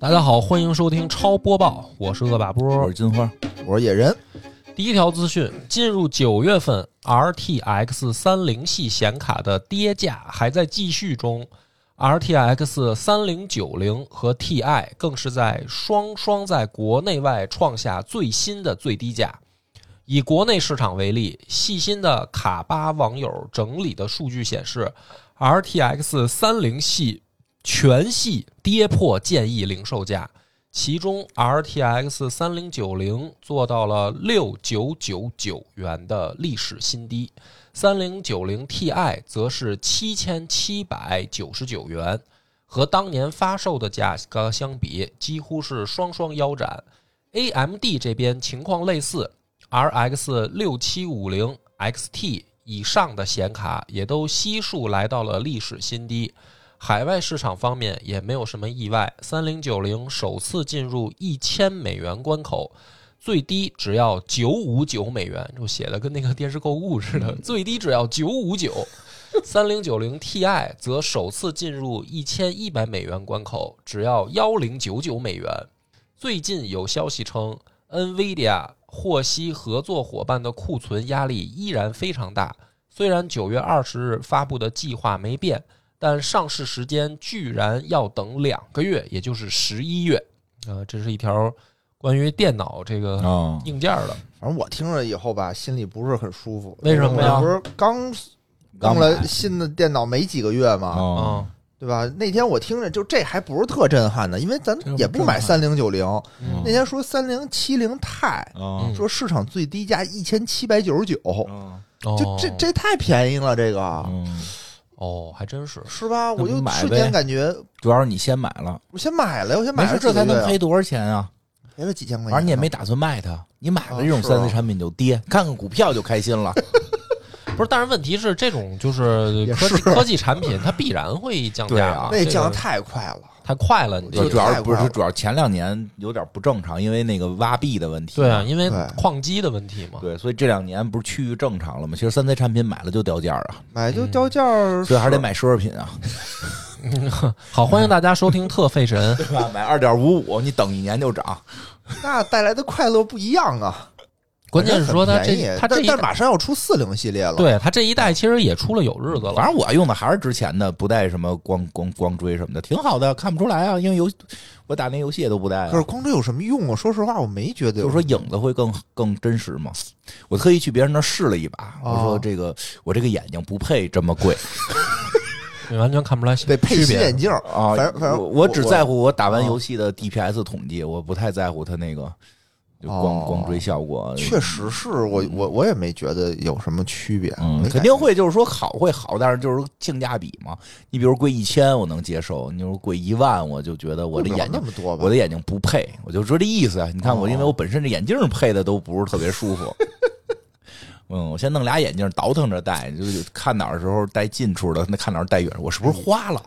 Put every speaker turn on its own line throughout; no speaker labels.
大家好，欢迎收听超播报，我是恶霸
我
波
是。金花，我是野人，
第一条资讯：进入九月份，RTX 三零系显卡的跌价还在继续中，RTX 三零九零和 TI 更是在双双在国内外创下最新的最低价。以国内市场为例，细心的卡巴网友整理的数据显示，RTX 三零系全系跌破建议零售价，其中 RTX 三零九零做到了六九九九元的历史新低，三零九零 Ti 则是七千七百九十九元，和当年发售的价格相比，几乎是双双腰斩。AMD 这边情况类似，RX 六七五零 XT 以上的显卡也都悉数来到了历史新低。海外市场方面也没有什么意外，三零九零首次进入一千美元关口，最低只要九五九美元，就写的跟那个电视购物似的，最低只要九五九。三零九零 Ti 则首次进入一千一百美元关口，只要幺零九九美元。最近有消息称，NVIDIA 获悉合作伙伴的库存压力依然非常大。虽然九月二十日发布的计划没变，但上市时间居然要等两个月，也就是十一月。呃，这是一条关于电脑这
嗯
个
啊，
硬件的。
反正我听了以后吧，心里不是很舒服。
为什么呀
我不是刚
刚买
用了新的电脑没几个月嘛，
啊，
嗯
对吧？那天我听着就这还不是特震撼的，因为咱
这不哦
也不买三零九零。
嗯
那天说三零七零 i
啊
说市场最低价一千七百九十九，
啊，
就这
哦
这太便宜了，这个、
嗯，
哦，还真是
是吧？
那
我就
买呗
瞬间感觉
主要是你先买了，
我先买了，我先
没
买
事，
了
这
几
才
个月
能
啊，
赔多少钱啊？
赔了几千块
反
钱呢，
正你也没打算卖它，你买了这种
啊是
三
啊
C 产品就跌，看看股票就开心了。
不是？但是问题是，这种就是
也
科技
是啊
科技产品，它必然会降
对
价
啊
那降
降
得太快了。
太快了，你
对
这
主要是不
太快
是
了
主要前两年有点不正常，因为那个挖币的问题。
对啊，，因为
对
矿机的问题嘛。
对，所以这两年不是趋于正常了吗？其实三 C 产品买了就掉价啊，
买就掉价儿，
所以还是得买奢侈品啊，
好，欢迎大家收听特费 神。
对吧？买二点五五，你等一年就涨。
那带来的快乐不一样啊。
关键是说它
很便宜
这它这
但
一
但
代，
马上要出四零系列了，
对它这一代其实也出了有日子了。
反正我用的还是之前的，不带什么光光光追什么的，挺好的，看不出来啊。因为游我打那游戏也都不带、
可
啊，
是光追有什么用啊？说实话，我没觉得
就
有
是
什么
说
用。
影子会更更真实嘛。我特意去别人那儿试了一把，
哦
我说这个我这个眼睛不配这么贵
你完全看不出来
得配
区
新
别
眼。镜儿，
啊。
反正反正
我我只在乎我打完
啊
游戏的 DPS 统计，我不太在乎它那个就光
哦
光追效果。
确实是我我我也没觉得有什么区别，
嗯，
没
肯定会就是说好会好，但是就是性价比嘛。你比如贵一千我能接受，你就是贵一万我就觉得我的
不了
眼睛
那么多吧，
我的眼睛不配，我就说这意思。啊你看我，
哦
因为我本身这眼镜配的都不是特别舒 服。嗯，我先弄俩眼镜倒腾着戴，就是看哪儿的时候戴近处的，那看哪儿戴远。我是不是花了？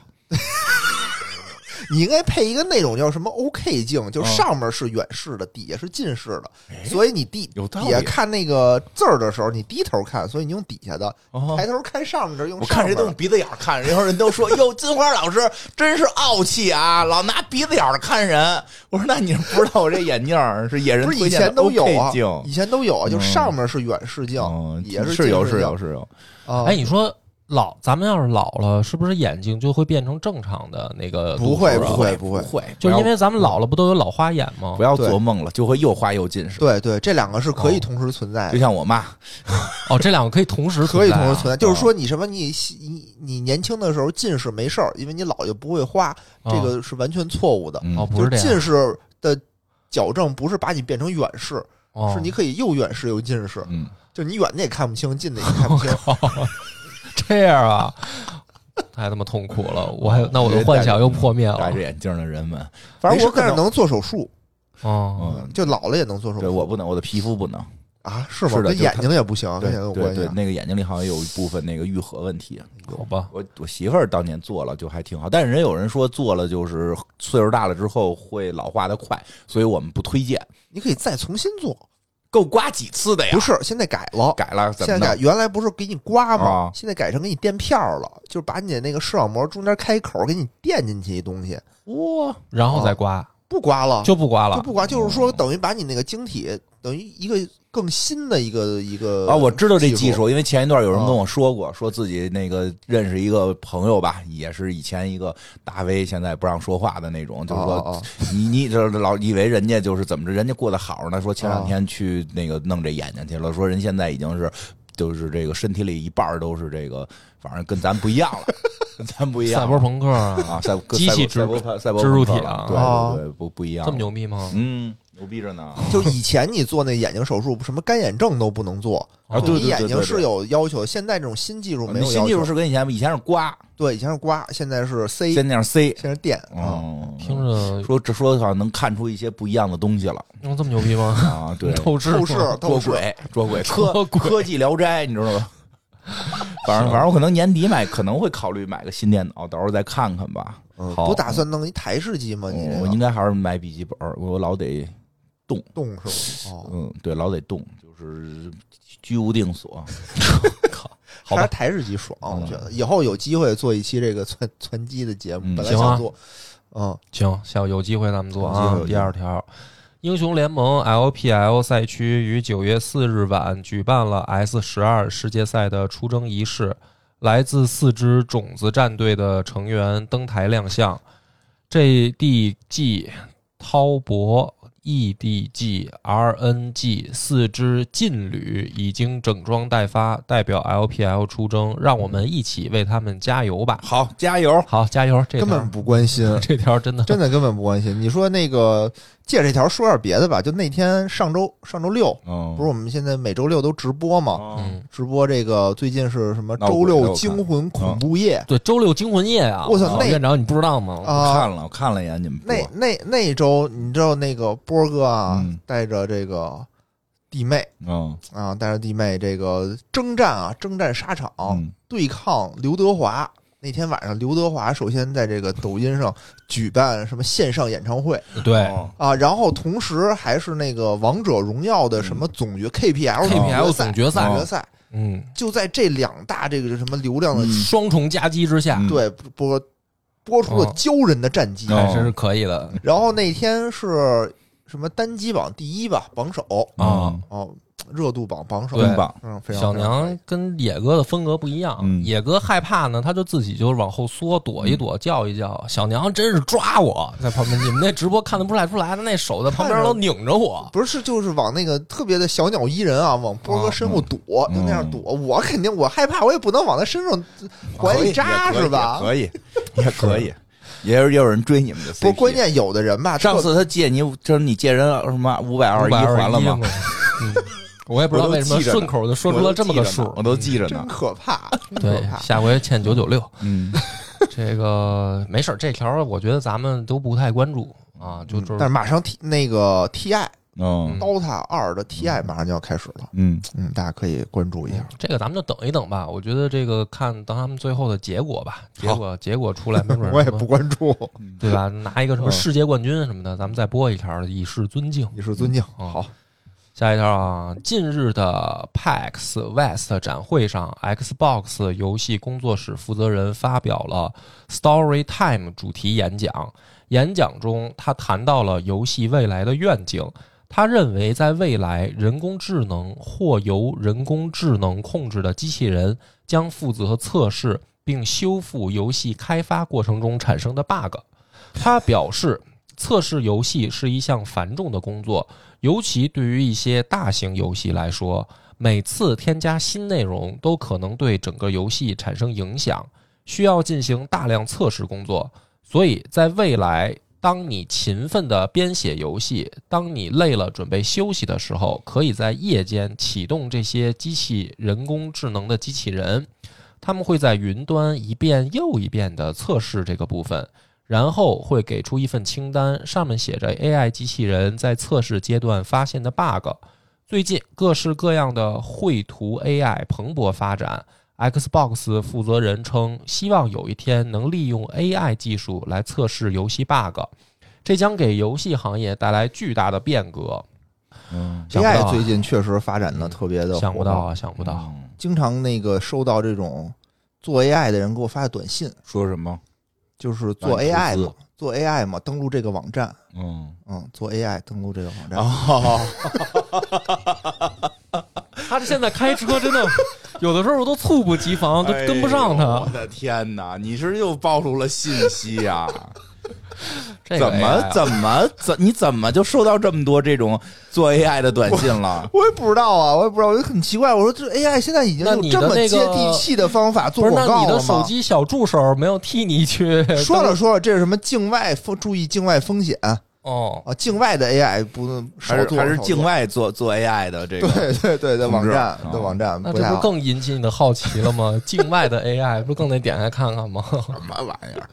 你应该配一个那种叫什么 OK 镜，
嗯
就上面是远视的，底下是近视的，所以你底
哎有道理
底下看那个字儿的时候，你低头看，所以你用底下的，
哦
抬头看上面这用
我
上
看
面
谁都
的
用鼻子眼儿看，然后人都说：“哟，金花老师真是傲气啊，老拿鼻子眼儿看人。”我说：“那你不知道我这眼镜儿是野人
不是
推
以
荐的
前都有
OK
啊
镜，
以前都有啊，就
嗯
上面是远视镜，
嗯，
也
是
近
有
视
是有
镜。
是有。
啊
哎，你说老，咱们要是老了，是不是眼睛就会变成正常的那个度数啊？
不会
哎不
会
不
不会
会，
就是
不
因
要
为咱们老了，不都有老花眼吗
不？要
对
做梦了，就会又花又近视。
对对，这两个是可
哦
以同时存在的
就。像我妈，
哦，这两个可以同时
可以
在啊
同时存在，就
哦
是说你什么你你你年轻的时候近视没事儿，因为你老就不会花，这
哦
个是完全错误的。
嗯
哦，不
就是
这样，
近视的矫正不是把你变成远视，
哦
是你可以又远视又近视，
嗯，
就你远的也看不清， 近的也看不清。
这样啊， 太他妈痛苦了！我还那我的幻想又破灭
戴
了
着。眼镜的人们，
反正我
可
但是能做手术，
哦，
嗯，
就老了也能做手
对
术
我不能，我的皮肤不能，
啊？是吗
是？的
跟
就
眼
看
睛也不行，
对
跟眼睛有
对
关系
对
啊。，
那个眼睛里好像有一部分那个愈合问题。
好吧，
我我媳妇儿当年做了就还挺好，但是人有人说做了就是岁数大了之后会老化的快，所以我们不推荐。
你可以再重新做，
够刮几次哎的呀
不？是现在改了。
改了怎
现
么
在
弄
改原来不是给你刮
啊
吗？现在改成给你垫片儿了，就是把你的那个视网膜中间开口给你垫进去一东西，
哇，
然后再刮，
不刮
哦
了，
就不刮了
就。不刮，就是说等于把你那个晶体等于一个更新的一个一个
啊，我知道这技
呃技，
术，因为前一段有人
啊
跟我说过，说自己那个认识一个朋友吧，也是以前一个大 V，现在不让说话的那种，就是说
哦哦哦
你你这老以为人家就是怎么着，人家过得好呢？说前两天去那个弄这眼睛去了，说人现在已经是就是这个身体里一半儿都是这个，反正跟咱不一样了，跟咱 不一
赛
样了
博朋克啊，
啊，赛博
机器
赛博
植
赛博赛博
植入
朋克
体啊
了对对对，不不一样，
这么，牛逼吗？
嗯，牛逼着呢。
就以前你做那眼睛手术，什么干眼症都不能做，
啊对
对
你
对
眼
对
睛
对
是有要求，现在这种新技术没有
新
要
技术
求，
是跟以前不一样以前是刮，
对，以前是刮，现在是塞，
先
现
那样塞，
在是电啊，
嗯，
听着
说这说好像能看出一些不一样的东西了
能这么牛逼吗？
啊，对，
透视吗
透视
捉
透视，
鬼捉鬼
捉
科
鬼
科技聊斋，你知道吗？反正反正我可能年底买可能会考虑买个新电脑，到时候再看看吧。
嗯
好哦
不打算弄一台式机吗？你这
我
个
应该还是买笔记本儿，我老得
动是吧？哦，
嗯，对，老得动，就是居无定所。
好吧
还是台式机爽，我
嗯
觉得以后有机会做一期这个 窜窜机的节目，
嗯
本来
行啊
想做，嗯，
行，下有机会咱们做
有机
啊
会有。机
第
会
二条，英雄联盟 LPL 赛区于九月四日晚举办了 S 十二世界赛的出征仪式，来自四支种子战队的成员登台亮相。JDG、滔，E 博、EDG、RNG 四支劲旅已经整装待发，代表 LPL 出征，让我们一起为他们加油吧！
好，加油！
好，加油！这
根
条
本不关心，
这条真的
真的根本不关心。你说那个借这条说点别的吧，就那天上周上周六，
嗯，
不是我们现在每周六都直播
嗯，
吗？
嗯，
直播这个最近是什么
闹鬼
周
我
六
看
惊魂恐怖夜
对，周六惊魂夜啊！
我操
老
那
院长，你不知道吗？
我
啊。
看了，我看了一眼你们播
那那那一周，你知道那个波哥啊
嗯，
带着这个弟妹
嗯
啊，带着弟妹这个征战啊，征战沙场，
嗯
对抗刘德华。那天晚上，刘德华首先在这个抖音上举办什么线上演唱会
对
哦
啊，然后同时还是那个《王者荣耀》的什么总
嗯
决 KPL 总决
，KPL
赛
总决赛，
总决赛，
嗯，
就在这两大这个什么流量的
嗯
双重夹击之下
嗯
对播播出了骄人的战绩。
哦
还是可以的
然后那天是什么单机榜第一吧，榜首
啊。
嗯
哦，热度榜榜首，
对
真棒！
嗯，非常
小
非常可以
娘跟野哥的风格不一样，
嗯
野哥害怕呢，他就自己就往后缩，躲一躲，叫一叫。小娘真是抓我，在旁边，你们那直播看的不太出来，他那手在旁边
看着
老拧着我，
不是，就是往那个特别的小鸟依人啊，往波哥身后躲，
嗯啊
就那样躲。我肯定我害怕，我也不能往他身上怀
可
里
以也
扎
可以
是
也
吧？
可以，也 可以，也有也有人追你们的 CP。
不是，关键有的人吧，
上
特
次他借你，就是你借人什么五百二十一
521
还了吗？
嘛？嗯，我也不知道为什么顺口就说出了这么个数，
我都记着
真
呢。
可怕，真可
对，
怕。
下回欠九九六。
嗯，
这个没事儿，这条儿我觉得咱们都不太关注啊，就就是
嗯但是马上 T 那个 TI
哦，
Dota 二的 TI 马上就要开始了，
嗯，
嗯，大家可以关注一下。
这个咱们就等一等吧。我觉得这个看等他们最后的结果吧，结果结果出来，没准儿
我也
什么
不关注，
嗯对吧？拿一个什么
嗯
世界冠军什么的，咱们再播一条，以示尊敬。
以示尊敬。
嗯
好，
下一条啊，近日的 PAX West 展会上，Xbox 游戏工作室负责人发表了 Story Time 主题演讲。演讲中，他谈到了游戏未来的愿景。他认为，在未来，人工智能或由人工智能控制的机器人将负责测试并修复游戏开发过程中产生的 bug。他表示，测试游戏是一项繁重的工作，尤其对于一些大型游戏来说，每次添加新内容都可能对整个游戏产生影响，需要进行大量测试工作。所以在未来，当你勤奋地编写游戏，当你累了准备休息的时候，可以在夜间启动这些机器人工智能的机器人，他们会在云端一遍又一遍地测试这个部分。然后会给出一份清单，上面写着 AI 机器人在测试阶段发现的 bug。最近各式各样的绘图 AI 蓬勃发展，Xbox 负责人称，希望有一天能利用 AI 技术来测试游戏 bug，这将给游戏行业带来巨大的变革。
嗯，
想不到
AI
啊
最近确实发展的特别的，
想不到，啊，想不到，
嗯
经常那个收到这种做 AI 的人给我发的短信，
说什么？
就是
让
做
你投
AI
资
嘛，做 AI 嘛，登录这个网站，
嗯，
嗯，做 AI 登录这个网站，
啊
哦，嗯
他这现在开车真的，有的时候我都猝不及防，都跟不上
哎呦我
他。
的天哪，你是又暴露了信息呀、
这个
怎么
AI 啊
怎么怎你怎么就收到这么多这种做 AI 的短信了？
我也不知道啊，我也不知道，我就很奇怪，我说这 AI 现在已经
那
有
你
这
的
么
那
接
个
地气的方法
不
做
是？
广
那
告
你的
了
手
吗？
机小助手没有替你 去
说
登
了说了，这是什么境外风注意境外风险啊？
哦，
境外的 AI 不能
还
少
是
做，
还是
少做
境外做做 AI 的这个？
对对对的
控
网
制
站
啊
的网站
那
不
这
太
不
好。
是更引起你的好奇了吗？ 境外的 AI 不是更得点开看看吗？
什么玩意儿？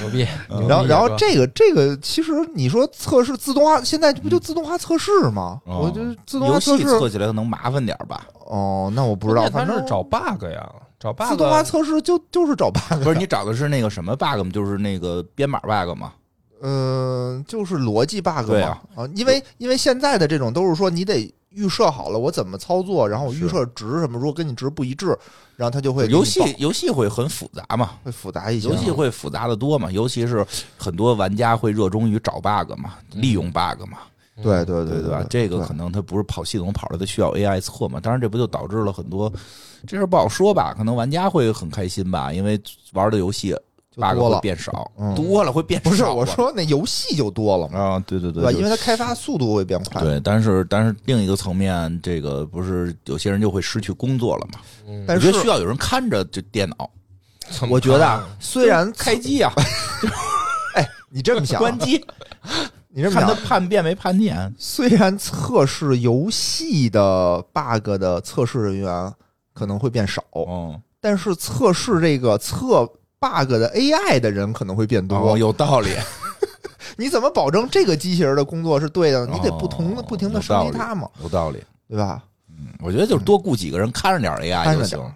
牛逼！牛逼啊
嗯然后，然后
哥
这个这个，其实你说测试自动化，现在这
嗯
不就自动化测试吗？
嗯
我觉
哦
得自动化
游
测
戏
试，
测起来可能麻烦点儿吧？
哦，那我不知道，
他
反
是
正
找 bug 呀，找 bug。啊
自动化测试就就是找 bug，
不是，你找的是那个什么 bug 吗？就是那个编码 bug 吗？
嗯、就是逻辑 bug
对
嘛
啊，
啊，因为因为现在的这种都是说你得预设好了我怎么操作，然后我预
是
设值什么，如果跟你值不一致，然后它就会给你
游戏
报
游戏会很复杂嘛？
会复杂一些
游
啊，
戏会复杂的多嘛？尤其是很多玩家会热衷于找 bug 嘛，利用 bug 嘛，
嗯
对对对
对吧？
对
这个可能它不是跑系统跑的，它需要 AI 测嘛。当然，这不就导致了很多这事儿不好说吧？可能玩家会很开心吧，因为玩的游戏
就
bug
多
会
了，
变少，
嗯
多了会变少。
不是我说那游戏就多了嘛，
啊，对对对
对吧？
就
因为它开发速度会变快，
对，但是但是另一个层面，这个不是有些人就会失去工作了嘛？
嗯
但
我
是
觉得需要有人看着这电脑，
怎么
我觉得
看
啊，虽然
开机啊，
你这么想 啊，
关机，
你这么
看
想
他
啊，
叛变没叛变。
虽然测试游戏的 bug 的测试人员可能会变少，
哦，
但是测试这个测 bug 的 AI 的人可能会变多。
哦，有道理，
你怎么保证这个机器人的工作是对的呢？
哦
你得不同的、不停的升级它嘛，
有道理。
对吧？
我觉得就是多雇几个人看着点儿 AI
看
就
着
行
点儿，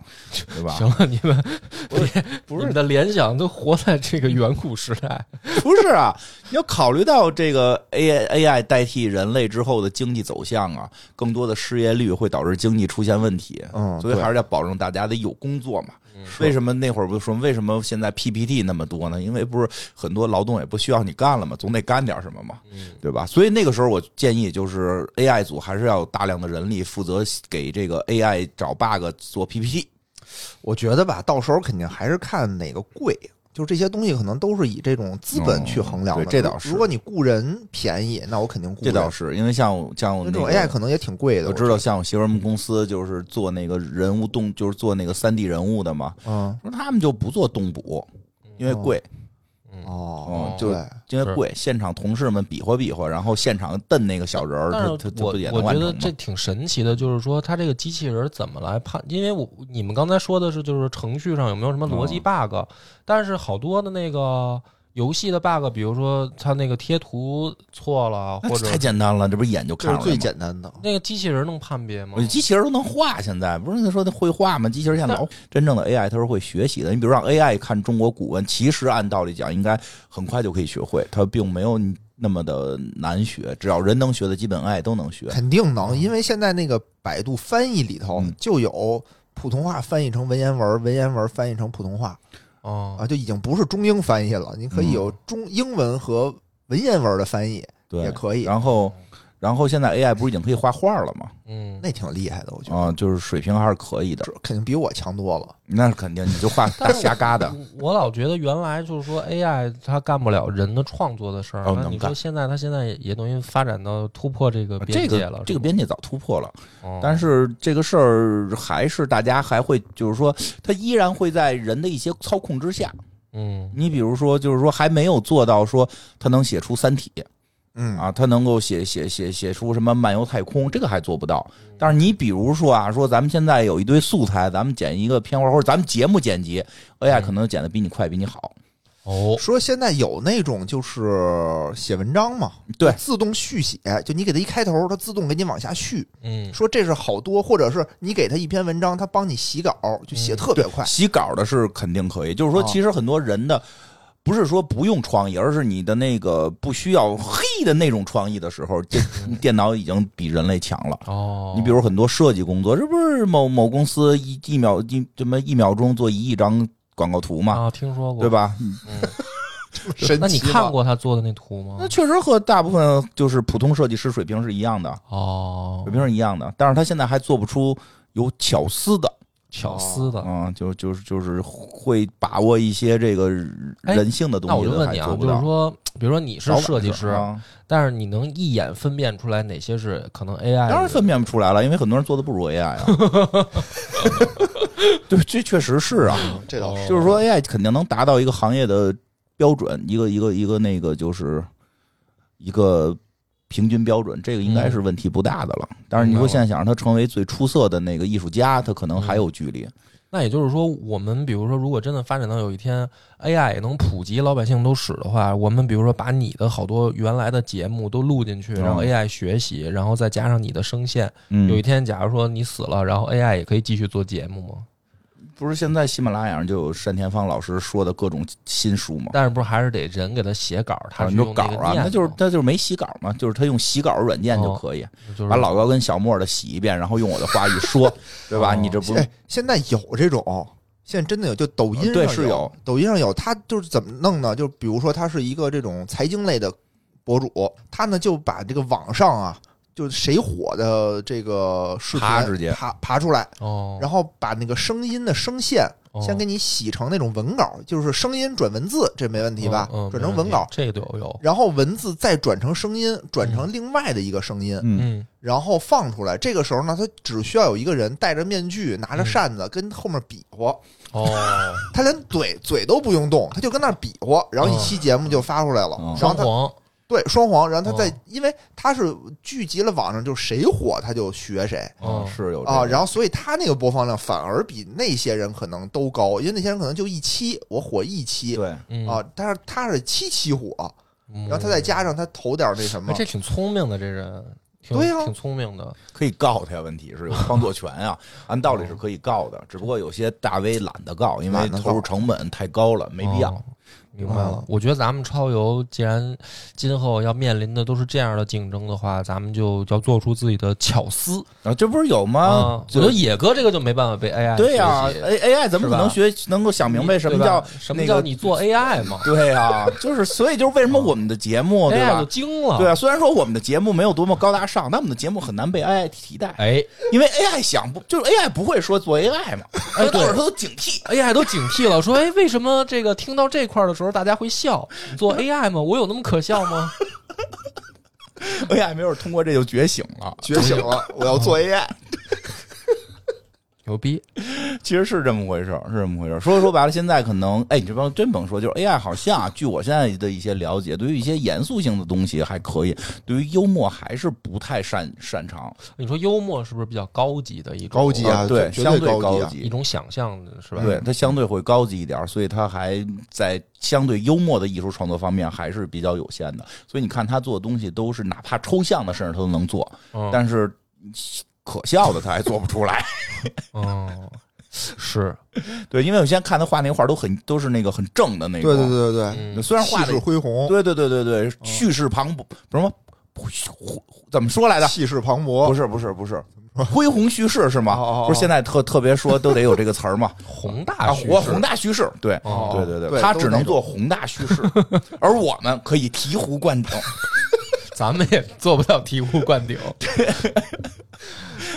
对 吧？
行了，你们
不是
别
不是
你们的联想都活在这个远古时代。
不是啊，你要考虑到这个 AI AI 代替人类之后的经济走向啊，更多的失业率会导致经济出现问题。
嗯，
所以
对
还是要保证大家得有工作嘛。
是
为什么那会儿不是说为什么现在 PPT 那么多呢？因为不是很多劳动也不需要你干了嘛，总得干点什么嘛，
嗯，
对吧？所以那个时候我建议就是 AI 组还是要有大量的人力负责给这个 AI 找 bug 做 PPT。
我觉得吧，到时候肯定还是看哪个贵。就是这些东西可能都是以这种资本去衡量的，
哦对这倒是
如果你雇人便宜，那我肯定雇
这
人。
倒是因为像我像我
因为
那
这种
个
AI 可能也挺贵的。
我知道，像我媳妇儿们
嗯
公司就是做那个人物动，就是做那个三 D 人物的嘛，
我，嗯，
说他们就不做动捕，因为贵，
哦
嗯，就
对，
因为贵，现场同事们比划比划，然后现场瞪那个小人儿，
但是
他他他
我
不也
我
能
觉
完成
得
吗？
这挺神奇的，就是说它这个机器人怎么来判？因为我你们刚才说的是就是程序上有没有什么逻辑
嗯
bug，、但是好多的那个游戏的 bug，比如说它那个贴图错了，
那
或者
太简单了，这不是一眼就
这
看
是
出来
最
吗？
简单的。
那个机器人能判别吗
我觉得？机器人都能画，现在不是说它会画吗？机器人现在老真正的 AI 它是会学习的。你比如让 AI 看中国古文，其实按道理讲应该很快就可以学会，它并没有那么的难学，只要人能学的，基本 AI 都能学。
肯定能，因为现在那个百度翻译里头
嗯
就有普通话翻译成文言文，文言文翻译成普通话
哦，
哎
啊，就已经不是中英翻译了，你可以有中英文和文言文的翻译，
嗯对，
也可以
然后，然后现在 AI 不是已经可以画画了吗？
嗯，
那挺厉害的，我觉得、
啊，就是水平还是可以的
这。肯定比我强多了。
那是肯定，你就画
但
大
是
瞎嘎的。
我我老觉得原来就是说 AI 它干不了人的创作的事儿，
哦
那
能
你
干啊
说现在它现在也也等于发展到突破这个
这
边界了哦
个，这个边界早突破了，但
是
是这个事儿还是大家还会，就是说，它依然会在人的一些操控之下。
吗嗯
你比如说，就是说还没有做到说他能写出《三体》
嗯，
啊，他能够写写写写出什么《漫游太空》，这个还做不到。
嗯
但是你比如说啊，说咱们现在有一堆素材，咱们剪一个片花，或者咱们节目剪辑，AI
嗯
可能剪的比你快，比你好。
哦
说现在有那种就是写文章嘛，
对
就自动续写，就你给它一开头，它自动给你往下续。
嗯
说这是好多，或者是你给它一篇文章，它帮你洗稿，就
嗯
写特别 快。
洗稿的是肯定可以，就是说，
哦
其实很多人的。不是说不用创意，而是你的那个不需要嘿的那种创意的时候， 这电脑已经比人类强了。
哦，
你比如很多设计工作，这不是某某公司一一
哦
秒一什么一秒钟做一亿张广告图吗？
啊，听说过
对？吧？
嗯
神奇
那你
吧
看过他做的那图吗
那？确实和大部分就是普通设计师水平是一样的，
哦
水，平是一样的。但是他现在还做不出有巧思的，
巧思的。
嗯，就就是就是会把握一些这个
哎
人性的东
那我
西
就
的，
问
还
你啊
做，不
就是
到。
说，比如说你是
早晚
设计师，
啊
但是你能一眼分辨出来哪些是可能 AI？
当然分辨不出来了，因为很多人做的不如 AI 啊。对，这确实是啊，
这倒是
哦
就是说 AI 肯定能达到一个行业的标准，一个一个一个那个就是一个平均标准，这个应该
嗯
是问题不大的了。但是你说现在想让他成为最出色的那个艺术家，他可能
嗯
还有距离。
那也就是说，我们比如说，如果真的发展到有一天 AI 也能普及，老百姓都使的话，我们比如说把你的好多原来的节目都录进去，
嗯
然后 AI 学习，然后再加上你的声线，
嗯
有一天假如说你死了，然后 AI 也可以继续做节目吗？
不是现在喜马拉雅上就有单田芳老师说的各种新书吗？
但是不是还是得人给他写稿，他
你
是
说
用
稿
那个哦
啊，
念
那就是
的
他就是没洗稿嘛，就是他用洗稿软件就可以，
就是
把老高跟小莫的洗一遍，然后用我的话一 说，对吧？
哦
你这不
哎，现在有这种，现在真的有，就抖音上
对是有
有，抖音上有，他就是怎么弄呢？就比如说他是一个这种财经类的博主，他呢就把这个网上啊，就谁火的这个视频
爬直接
爬爬出来，
哦，
然后把那个声音的声线
后
先给你洗成那种文稿，就是声音转文字，这没问题吧？
嗯，嗯
转成
没
文
问
稿
题，哦这个对我有，
然后文字再转成声音，转成另外的一个声音，
嗯
嗯，
然后放出来。这个时候呢，他只需要有一个人戴着面具，拿着
嗯
扇子跟后面比划，
哦，
他连嘴嘴都不用动，他就跟那儿比划，然后一期节目就发出来了。
嗯
然后
双
他
簧，
对双簧，然后他在，
哦
因为他是聚集了网上就谁火他就学谁
哦
是有这
啊，
个
然后所以他那个播放量反而比那些人可能都高，因为那些人可能就一期我火一期
对。
嗯
啊，，但是他是七期火，
然
然后他再加上他投点那什
哎，
么，
这挺聪明的，这人挺
对呀
挺聪明的。
可以告他呀，问题 是有创作权啊，按道理是可以告的，只不过有些大 V 懒得告，因为
懒得告
投入成本太高了，没必要。
哦明白了
嗯，
我觉得咱们超游既然今后要面临的都是这样的竞争的话，咱们就要做出自己的巧思
啊，这不是有吗
哦我？觉
就
得野哥这个就没办法被 AI
对呀、
学习
a A I 怎么可能学能够想明白什
对
么
吧
叫
什么
那个
叫你做 AI 嘛
对呀、就是所以就是为什么我们的 节目对
？AI
吧
就？惊了，
对啊，虽然说我们的节目没有多么高大上，但我们的节目很难被 AI 替代，
哎
因为 AI 想不就是 AI 不会说做 AI 嘛，
哎
所以到
对
时候他都警 惕。
，AI 都警惕了，说哎，为什么这个听到这块儿的时候大家会 笑？你做 AI 吗？我有那么可笑吗？
AI 没准通过这就觉醒了，
觉醒了，我要做 AI。
牛逼！
其实是这么回事儿，是这么回事儿。说说白了，现在可能，哎，你这帮真甭说，就是 AI 好像啊，据我现在的一些了解，对于一些严肃性的东西还可以，对于幽默还是不太擅擅长，
你说幽默是不是比较高级的一种
高级啊
啊对，
绝
相
对高级
高
啊
一
级。
种想象的是吧？
对，它相对会高级一点儿，所以它还在相对幽默的艺术创作方面还是比较有限的。所以你看他做的东西都是哪怕抽象的事儿他都能做，
嗯，
但是可笑的他还做不出来。
嗯，是，
对，因为我现在看他画那画都很都是那个很正的那种，
对对对对
嗯
对，虽然
对，
画的
气势恢宏，
对对对对对，蓄势磅礴，不是吗？怎么说 来的？
气势磅
不
礴，
是不是不是，恢宏蓄势是
哦哦
吗？
哦
不是现在特特别说都得有这个词儿吗？
宏
啊，
大叙
宏
事
宏大叙事，对
哦
对对
对
他
都
只
是
能
那
做宏大叙事，而我们可以醍醐灌顶，
咱们也做不到醍醐灌顶。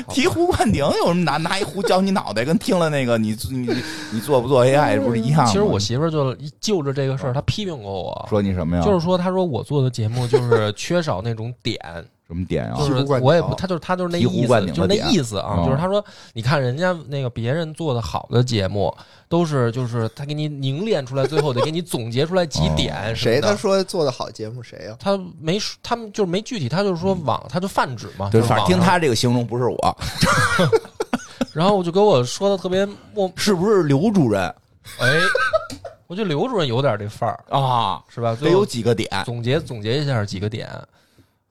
醍醐灌顶有什么难？拿一壶浇你脑袋，跟听了那个你你你做不做 AI 不是一样吗？
嗯其实我媳妇儿就就着这个事儿，她批评过我，
说你啊什么呀？
就是说，她说我做的节目就是缺少那种点，
什么点啊
就？是
醍醐灌顶
我也不，她就是她就是那
醍
意
醐
思
灌，顶
就是
的
那
点
意思啊，
嗯
就是她说，你看人家那个别人做的好的节目，都是就是他给你凝练出来，最后得给你总结出来几
嗯
点什么
谁他
的。
说做的好节目谁呀？
他没说，他们就是没具体，他就是说网，他就泛指嘛，
嗯对，
就是
反正听
啊网上。
他这个形容不是我，
然后我就给我说的特别莫
是不是刘主任
哎，我觉得刘主任有点这范儿，
啊？
哎
是吧？
得
最
有
后
几个点，
总结总结一下几个点。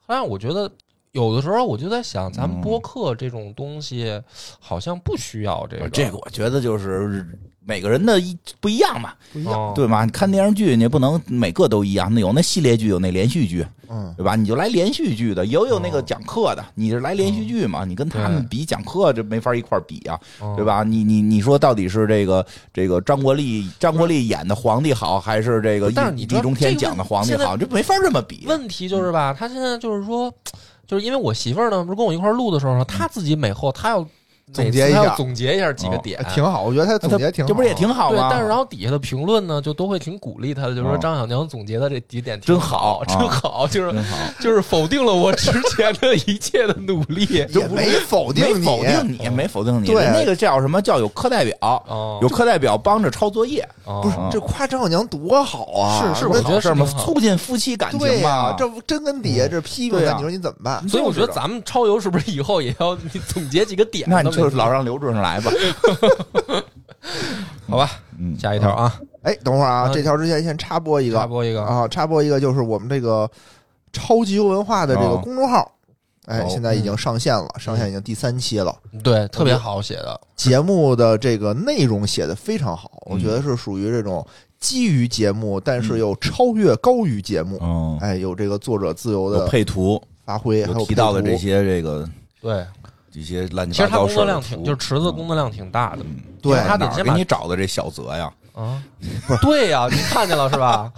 后来我觉得有的时候我就在想，咱们
嗯
播客这种东西好像不需要这个，
啊这个我觉得就是每个人的一不一样嘛，
不一样，
哦
对吧？你看电视剧，你也不能每个都一样，那有那系列剧，有那连续剧，
嗯，
对吧？你就来连续剧的，也有那个
哦
讲课的，你是来连续剧嘛？你跟他们
对
比讲课，这没法一块儿比啊，
哦
对吧？你你你说到底是这个这个张国立张国立演的皇帝好，还是这个
但是你
易
知道
地中
这
天
个
讲的皇帝
现在
好？这没法这么比。
嗯问题就是吧，他现在就是说，就是因为我媳妇儿呢，不是跟我一块儿录的时候，
嗯
她自己每后她要
总结
每
一
次她
下
要总结一下几个点。
挺好，我觉得他总结挺好，
这不是也挺哦好
对
吗？，
但是然后底下的评论呢，就都会挺鼓励她的，就是说
嗯
张小娘总结的这几点
真
挺好，
好
真
啊
好，就是
真好，
就是否定了我之前的一切的努 力。
也没否定
没
你，
否定你，没否定你。
对
人那个叫什么叫有课代表，
哦，
有课代表帮着抄作业，
哦
不是
啊
这夸张小娘多好啊！
是是
那
我觉得
好事儿嘛，
是挺好
促进夫妻感
对
情嘛。
这不真跟底下这批评
对
他，
啊
你说你怎么办？
所以我觉得
就是
咱们超游是不是以后也要你总结几个点呢？
那你就老让刘主任来吧。
好吧，
嗯，
下一条啊，
哎，等会儿啊，
嗯
这条之前先插播一个
插播一个啊，
啊，插播一个就是我们这个超级游文化的这个
哦
公众号，哎，
哦
现在已经上线了，上线已经第三期了。
对，特别好写的，
节目的这个内容写的非常好，我
嗯
觉得是属于这种基于节目，但是又超越高于节目。
嗯，
哎，有这个作者自由
有
的
配图，
发挥，还
有
有
提到的
配
这
图，
些这个
对，
这些乱
其
七
实
八
他
糟
工
事儿
作
的
量挺，
图
就是池子工作量挺大的，
对
他得
哪儿
先
给
把
你找的这小泽呀？
啊，对呀、你看见了是吧？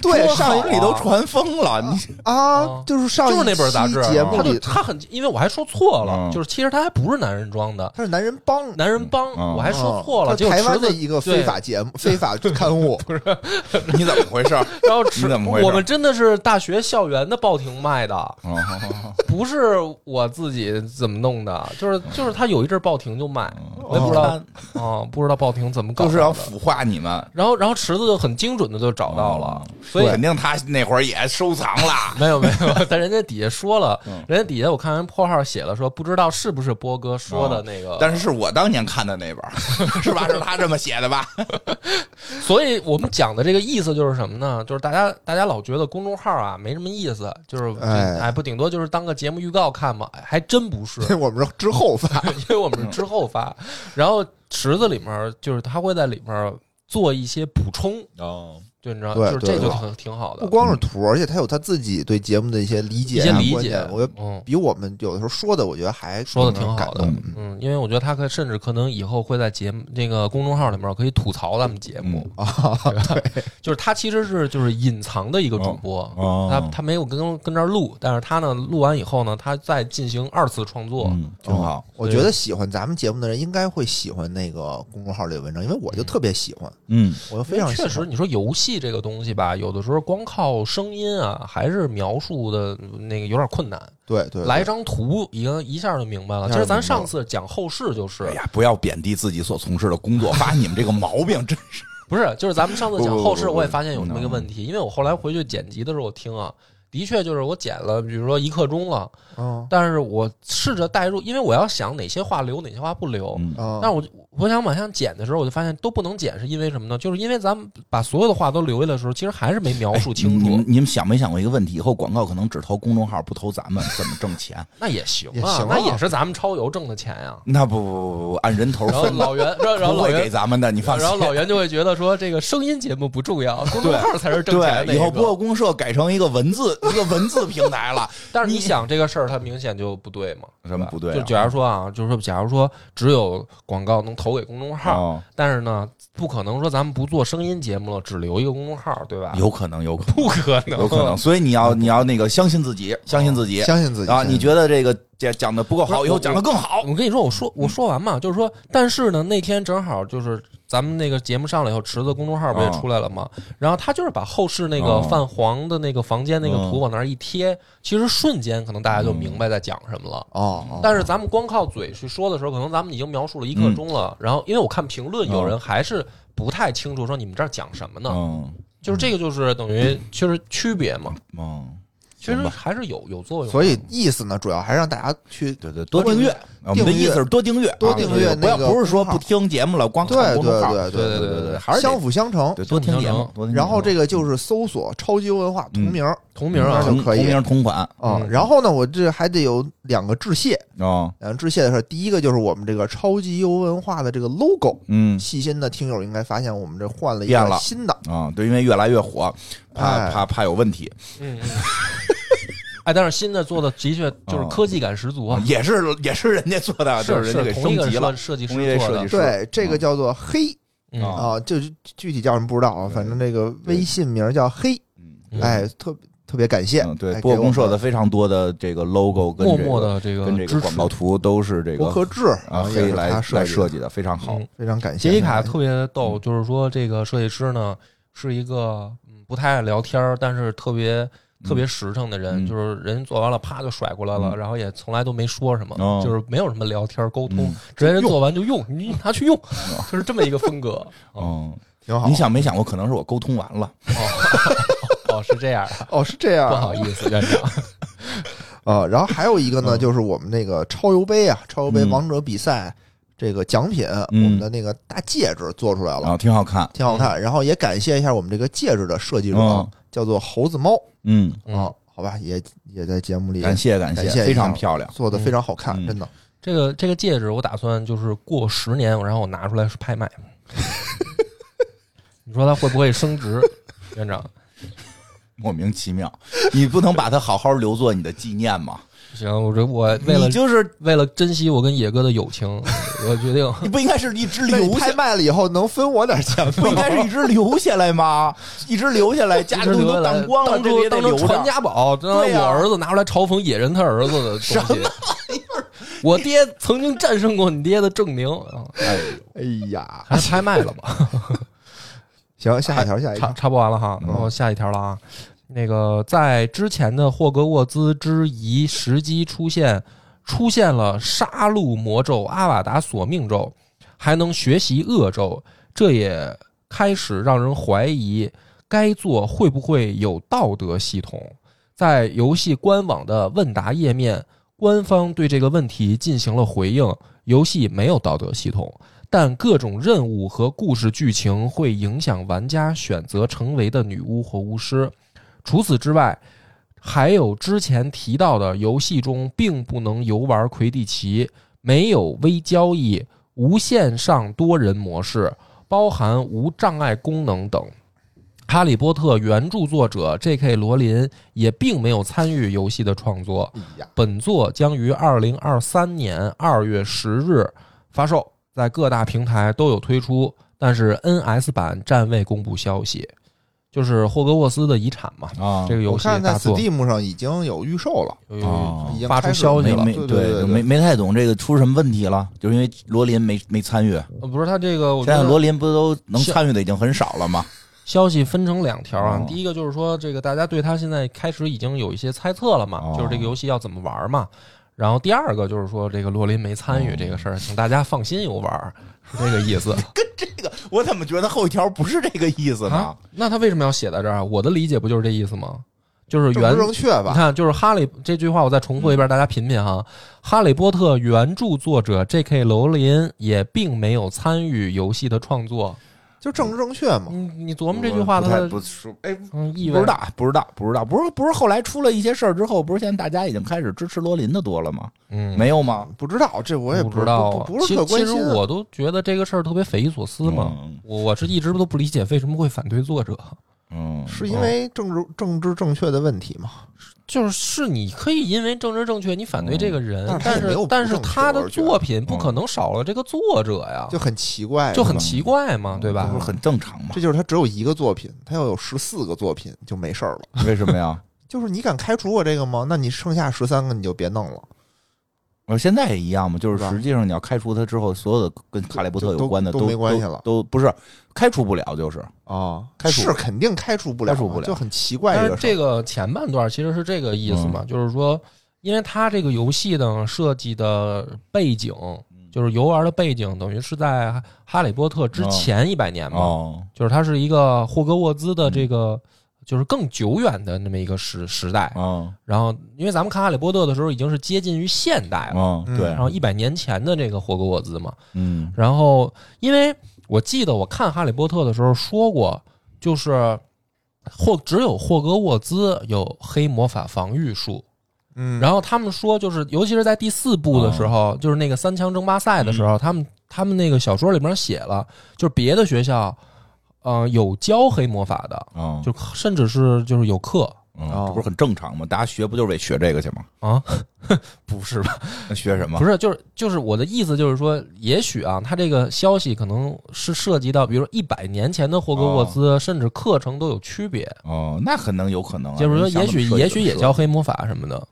对
多
上
好
上啊一里都传疯了，你
啊，就是 上
就是那本杂志
一期节目
他就
里，
他很，因为我还说错了，
嗯
就是其实他还不是男人装的，
他是男人帮。
男人帮，
嗯
我还说错了，
啊
结果
台湾
池
的
子
一个非法 节目、非法刊 物，
你怎么回事？
对，然后池
你怎么回事
我们真的是大学校园的报亭卖的，
哦好好好
不是我自己怎么弄的，就是
嗯
就是他有一阵儿报亭就卖，我也不知道
哦
啊，不知道报亭怎么
他
搞
就是要
的。
腐化你们，
然后，然后池子就很精准的就找到了，
嗯
所以
肯定他那会儿也收藏 了。
没有没有，但人家底下说了
嗯，
人家底下我看人破号写了说，不知道是不是波哥说的那
哦
个，
但是是我当年看的那本儿，是吧？是他这么写的吧？
所以我们讲的这个意思就是什么呢？就是大家大家老觉得公众号啊没什么意思，就是
哎
哎不顶多就是当个节目预告看嘛，哎还真不是，
我们是之后发，
因为我们是之后发，然后池子里面就是他会在里面做一些补充，
哦，
就你知道，
对
就是
对
这就
对
挺挺好的
不，光是图，而且他有他自己对节目的一些理
一
解、
些
啊、
理
观
解
点，，我觉得
嗯。
比我们有的时候说的，我觉得还
说的
更
挺
感
好的
动，
嗯，因为我觉得他可甚至可能以后会在节目那个公众号里面可以吐槽咱们节目，
啊，
就是他其实是就是隐藏的一个主播，
哦
他他没有跟跟这儿录，但是他呢录完以后呢，他再进行二次创作，
嗯，挺好。
我觉得喜欢咱们节目的人应该会喜欢那个公众号里的文章，因为我就特别喜欢，
嗯，
我就非常喜
确
欢
实，你说游戏这个东西吧，有的时候光靠声音啊，还是描述的那个有点困难。
对对，
来一张图，一个一下就明白了。
一
其
下就
实咱
明白了
上次讲后世就是
哎，呀，不要贬低自己所从事的工作，发你们这个毛病真是。
不是，就是咱们上次讲
不不
后
不
世，
不嗯
我也发现有这么一个问题，因为我后来回去剪辑的时候，我听啊，的确就是我剪了，比如说一刻钟了，
嗯
但是我试着代入，因为我要想哪些话留，哪些话不留。
嗯
啊，
但是我就我想往下剪的时候，我就发现都不能剪，是因为什么呢？就是因为咱们把所有的话都留下来的时候，其实还是没描述清
哎你们
楚。
你们想没想过一个问题？以后广告可能只投公众号，不投咱们，怎么挣钱？
那也行
也
啊
行，
那
啊
也是咱们超游挣的钱呀。
那不不不 不不，按人头
然后
分的，
老袁，然后然后
不
老
会给
袁，
咱们的，你放心
然。后老袁就会觉得说，这个声音节目不重要，公众号才是挣钱的那个。
对，以后播客公社改成一个文字一个文字平台了，
但是你
你
想这个事儿，它明显就不对嘛，
什么
是吧
不对啊
就假如说啊，就是说，假如说只有广告能投给公众号，
哦
但是呢，不可能说咱们不做声音节目了，只留一个公众号，对吧？
有可能，有可
不可能？
能，有可能。所以你要你要那个相信自己，相信自己
相信自己
啊！你
得
觉得这个讲讲的不够好，
不是
以后讲的更好。
我跟你说，我说我说完嘛，就是说，但是呢，那天正好就是咱们那个节目上了以后，池子公众
啊
号不也出来了吗？然后他就是把后世那个
哦
泛黄的那个房间那个图
嗯
往那儿一贴，其实瞬间可能大家就明白在讲什么了。
哦，哦
但是咱们光靠嘴去说的时候，可能咱们已经描述了一刻钟了。
嗯
然后，因为我看评论，有人还是不太清楚，说你们这儿讲什么呢？
嗯
就是这个，就是等于就是区别嘛。
嗯，
其实
行吧
还是有有作用的。
所以意思呢，主要还是让大家去
对对，多订阅。我们的
订阅
意思是多订阅啊，
多订阅
对对不要
那个
不是说
公众
不
号
听节目了，光
对
看公众号
对对
对
对
对对
对，还是得
相辅相成。
对多嗯听节目，多听节目
然后这个就是搜索“超级文化”
嗯
同名儿
同名啊，
嗯
同
可以
同名同款
啊
嗯。
然后呢，我这还得有两个致谢，
哦，
两个致谢的事儿。第一个就是我们这个超级游文化的这个 logo，
嗯
细心的听友应该发现我们这换了一
变
个
了
新的。
啊，对，因为越来越火，怕
哎
怕怕有问题，
嗯， 嗯哎，但是新的做的的确就是科技感十足啊，
也是也是人家做的，嗯啊就是人家给
同一
升
个
级了
设，设计
同一位
师做
设计
的
师，
对，这个叫做黑
嗯
啊
啊，就是具体叫什么不知道啊，反正这个
对
微信名叫黑，
嗯
嗯
哎，特特别感谢。
嗯，对，
哎
播
给
客
我
公社
们
的非常多的这个 logo 跟
默
这
默
个
的这个
跟这
支持
个广告图都是这
博
个
客志
啊
也
黑
是
来
他
来
设
设
计
计
的，
的，非常好
嗯，
非常感谢。
杰西卡特别
嗯
逗，就是说这个设计师呢是一个嗯不太爱聊天儿，但是特别特别实诚的人，
嗯
就是人做完了啪就甩过来了，
嗯
然后也从来都没说什么，
哦
就是没有什么聊天沟通，
嗯哦
直接人做完就用，你拿去用，就是这么一个风 格。哦
嗯，
挺好
你。想没想过，可能是我沟通完了，
哦哦，是这 样的，
哦，是这样
不
啊
好意思，院长。
啊。然后还有一个呢，
嗯
就是我们那个超游杯啊，超游杯
嗯
王者比赛这个奖品，我
嗯啊
们的那个大戒指做出来
然
了，
后挺好看，
挺好看。然后也感谢一下我们这个戒指的设计者
嗯，
叫做猴子猫
嗯，
啊，好吧，也也在节目里
感谢感
感谢一下
非常漂亮，
做的非常好看，
嗯
真的。
这个这个戒指，我打算就是过十年，然后我拿出来是拍 卖。你说它会不会升值，院 长？
莫名其妙，你不能把它好好留作你的纪念吗？
行，我这我为了
你就是
为了珍惜我跟野哥的友情， 我决定
你不应该是一直
那你
留下
拍，卖了以后能分我点钱吗？
不应该是一直留下来吗？一直留下来，家
一直
里
留下
都
来
当光了，
当
这个
成
也得
当成
留
传
着。
家宝，当
对
我
呀
儿子拿出来嘲讽野人他儿子的东 西。我爹曾经战胜过你爹的证明，啊
哎，
哎呀，
还是拍卖了吧？
行，下一条，下一
插
条，
插播完了哈，
嗯
然后下一条了啊。那个在之前的霍格沃兹之遗时机出现，出现了杀戮魔咒阿瓦达索命咒，还能学习恶咒，这也开始让人怀疑该作会不会有道德系统。在游戏官网的问答页面，官方对这个问题进行了回应：游戏没有道德系统，但各种任务和故事剧情会影响玩家选择成为的女巫或巫师。除此之外，还有之前提到的，游戏中并不能游玩魁地奇，没有微交易、无线上多人模式，包含无障碍功能等。《哈利波特》原著作者 J.K. 罗琳也并没有参与游戏的创作，
哎呀，
本作将于二零二三年二月十日发售，在各大平台都有推出，但是 NS 版暂未公布消息。就是霍格沃斯的遗产嘛，
啊
这个游
我
戏
看在
大作
Steam 上已经有预售了，
有
哦
已经
发出
开始
消息
没
了
没
对
对，
对，
就没没太懂这个出什么问题了，就是因为罗琳没没参与。
呃不是他这个，我
现
觉
在
得
罗琳不都能参与的已经很少了吗？
消息分成两条啊
哦。
第一个就是说，这个大家对他现在开始已经有一些猜测了嘛
哦，
就是这个游戏要怎么玩嘛。然后第二个就是说，这个洛林没参与
哦
这个事儿，请大家放心游玩，是这个意思。
这个 我怎么觉得后一条不是这个意思
啊？那他为什么要写在这儿啊？我的理解不就是这意思吗？就是
正
原
不正确
你
吧？
看，就是哈利这句话，我再重复一遍，大家品品哈。哈利波特原著作者 J.K. 罗琳也并没有参与游戏的创作。
就正不正确嘛？
你你琢磨这句话
不
它
太
的
不说，哎，
嗯意
不
味
知？道，不知道，不知道，不是不是，后来出了一些事儿之后，不是现在大家已经开始支持罗琳的多了吗？
嗯，
没有吗？
不知道，这我也
不知道啊。
不不不是
其
特
实
关
其实
心啊。
我都觉得这个事儿特别匪夷所思嘛。
嗯
我我是一直都不理解为什么会反对作者，啊
嗯，
是因为政治政治正确的问题嘛？
就是是你可以因为政治正确你反对这个人，
嗯
但
但是他也没
是
有
但是
不正确
他的
我觉得嗯
作品不可能少了这个作者呀，
就嗯很奇怪，
啊就很
是吧
奇怪嘛，对吧
这不？是很正常吗
这？就是他只有一个作品，他要有十四个作品就没事儿了。
为什么呀？
就是你敢开除我这个吗？那你剩下十三个你就别弄了，
我现在也一样嘛，就是
是吧
实际上你要开除他之后，所有的跟哈利波特有关的
都
都
都没关系了
都都不是开除不了，就是
啊，
开除
是肯定开除不了，
开除不了
就很奇怪
但是
这个事儿
这个前半段其实是这个意思
嗯
嘛，就是说，因为它这个游戏呢设计的背景，
嗯
就是游玩的背景，等于是在《哈利波特》之前一百年嘛，
嗯哦，嗯
就是它是一个霍格沃兹的这个、就是更久远的那么一个时时代。
嗯
然后，因为咱们看《哈利波特》的时候已经是接近于现代了，
嗯，
嗯
对
然，后一百年前的这个霍格沃兹嘛。
嗯
然后，因为我记得我看《哈利波特》的时候说过，就是霍只有霍格沃兹有黑魔法防御术。
嗯，
然后他们说，就是尤其是在第四部的时候，就是那个三强争霸赛的时候，他们他们那个小说里面写了，就是别的学校，呃，有教黑魔法的，
嗯，
就甚至是就是有课
嗯
哦
这不是很正常吗？大家学不就是为学这个去吗？
啊，不是吧？
那学什么
不？是，就是就是我的意思就是说，也许啊，他这个消息可能是涉及到，比如说一百年前的霍格沃兹，甚至课程都有区别。
哦，那可能有可能啊。
就是说，
你想
也
怎么
许
设计
也
就
许也
设计
教哦黑魔法什么的，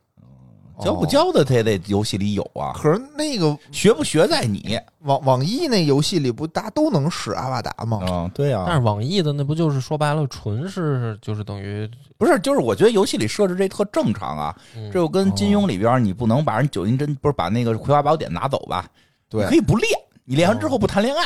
教不教的，他也得游戏里有啊。
哦可是那个
学不学在你。
网网易那游戏里不大家都能使阿瓦达吗？
嗯，对
哦但
啊，
是网易的那不就是说白了，纯是就是等于
不是，就是我觉得游戏里设置这特正常啊。
嗯
这就跟金庸里边，你不能把人九阴真不是把那个《葵花宝典》拿走吧？
对
你可以不练，你练完
哦
之后不谈恋爱，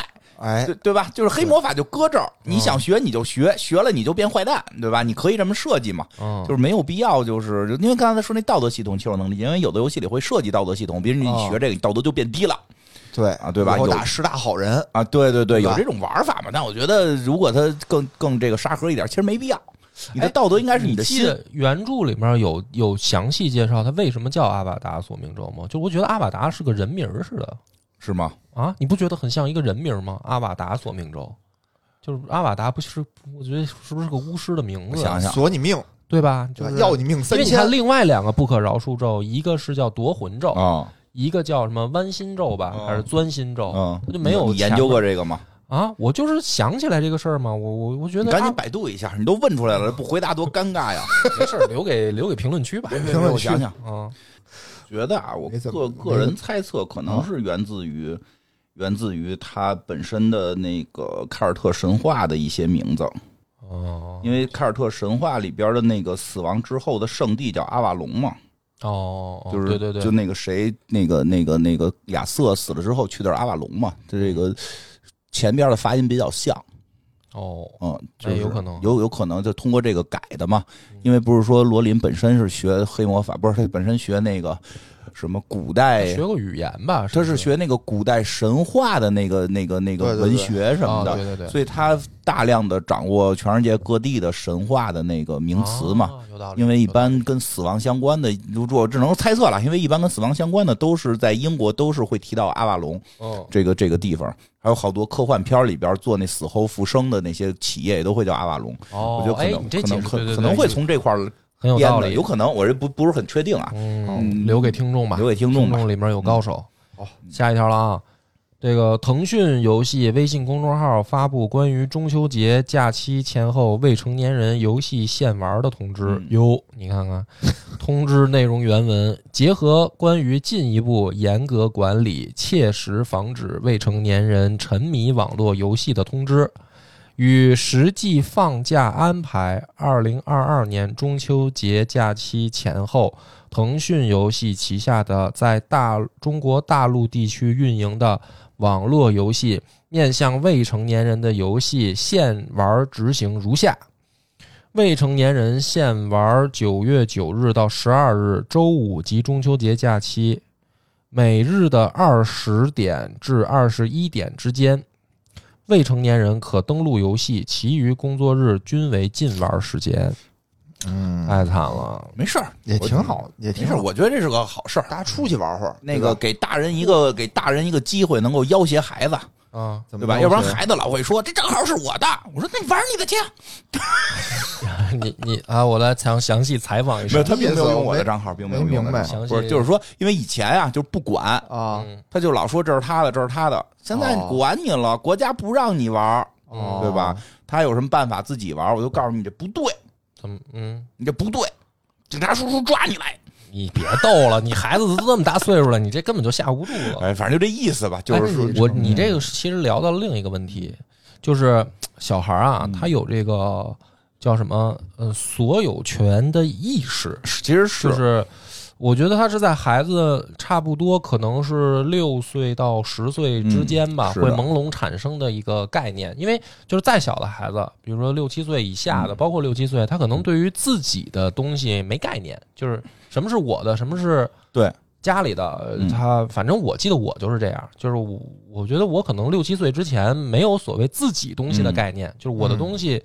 哎
对，对吧？就是黑魔法就搁这儿，你想学你就
哦
学，学了你就变坏蛋，对吧？你可以这么设计嘛，
嗯
就是没有必要，就是因为刚才说那道德系统，其实我能理解，因为有的游戏里会设计道德系统，比如你
哦
学这个，你道德就变低了。
对
啊对吧
以后
有
打十大好人，
啊，对对对，
对吧
有这种玩法嘛？但我觉得，如果它更更这个沙盒一点，其实没必要。你的
哎
道德应该是
你
的
记
心
得原著里面有有详细介绍他为什么叫阿瓦达索命咒吗？就我觉得阿瓦达是个人名儿似的
是吗？
啊，你不觉得很像一个人名儿吗？阿瓦达索命咒，就是阿瓦达不是？我觉得是不是个巫师的名
我
字？啊
想想，
索你命，
对吧？
对
就
吧
是
要你命
因
三
为你
千
看，另外两个不可饶恕咒，一个是叫夺魂咒，
啊
一个叫什么弯心咒吧，
哦
还是钻心咒？
嗯，
它就没有
你研究过这个吗？
啊？我就是想起来这个事儿嘛，我我我觉
你
得
赶紧
啊
百度一下，你都问出来了，不回答多尴尬呀！
没事儿留给留给评论区吧。
别别别
评论
我
区
想想，
啊，
觉得啊，我
没怎
个
么
个人猜测，可能是源自于源自于它本身的那个凯尔特神话的一些名字，
哦
因为凯尔特神话里边的那个死亡之后的圣地叫阿瓦隆嘛。
哦，哦
就是
对对对，
就那个谁，那个那个那个亚瑟死了之后去的是阿瓦隆嘛，他这个前边的发音比较像，
哦，
嗯，就
哎
是
有可能
有有可能就通过这个改的嘛，因为不是说罗琳本身是学黑魔法，不是他本身学那个什么古代
学。过语言吧？
他
不
哎是
是
学那个古代神话的那个、那个、那个
对对对
文学什么的，
哦对对对
所以他大量的掌握全世界各地的神话的那个名词嘛。，
哦有道理。
因为一
有道理
般跟死亡相关的，如果只能猜测了，因为一般跟死亡相关的都是在英国都是会提到阿瓦隆
嗯
这个这个地方，还有好多科幻片里边做那死后复生的那些企业也都会叫阿瓦隆。
哦，
我觉得可
哎
能、
你这
可能
解释
可
对对对
可能会从这块儿
很有道
编的，
理，
有可能我这不不是很确定啊，
嗯，留给听众吧，
留给听众
听
吧。嗯
众里面有高手。
哦，
下一条了啊。这个腾讯游戏微信公众号发布关于中秋节假期前后未成年人游戏限玩的通知
嗯
哟，你看看， 通知内容原文结合关于进一步严格管理、切实防止未成年人沉迷网络游戏的通知，与实际放假安排，二零二二年中秋节假期前后腾讯游戏旗下的在大中国大陆地区运营的网络游戏面向未成年人的游戏限玩执行如下：未成年人限玩九月九日到十二日周五及中秋节假期，每日的二十点至二十一点之间。未成年人可登录游戏，其余工作日均为禁玩时间。
嗯，
太惨了，
没事儿，
也
哎我
挺好，也
没
挺
事儿，
好，
我觉得这是个好事儿。
大家出去玩会儿，
那个
对吧
给大人一个给大人一个机会，能够要挟孩子，
啊！
怎
对
么
吧？要不然
着急
孩子老会说这正好是我的。我说那你玩你的去。
你你啊，我来详详细采访一
没
下
有，。他并没有用我的账号，并没有用我的账
没
号
明白
不是，就是说，因为以前啊，就是不管，
啊，
嗯
他就老说这是他的，这是他的。现在
哦
管你了，国家不让你玩儿，
哦
对吧？？他有什么办法自己玩儿？我就告诉你，这不对，
怎么嗯？
你这不对，警察叔叔抓你来。
你别逗了，你孩子都这么大岁数了，你这根本就吓不住了。
哎，反正就这意思吧，就是说
哦
嗯
哎我你这个其实聊到了另一个问题，就是小孩
嗯
啊，他有这个叫什么呃所有权的意识，
其实是
就是我觉得它是在孩子差不多可能是六岁到十岁之间吧，
嗯是的
会朦胧产生的一个概念。因为就是再小的孩子，比如说六七岁以下的，
嗯
包括六七岁，他可能对于自己的东西没概念，就是什么是我的，什么是
对
家里的
嗯。
他反正我记得我就是这样，就是我我觉得我可能六七岁之前没有所谓自己东西的概
嗯
念，就是我的东西、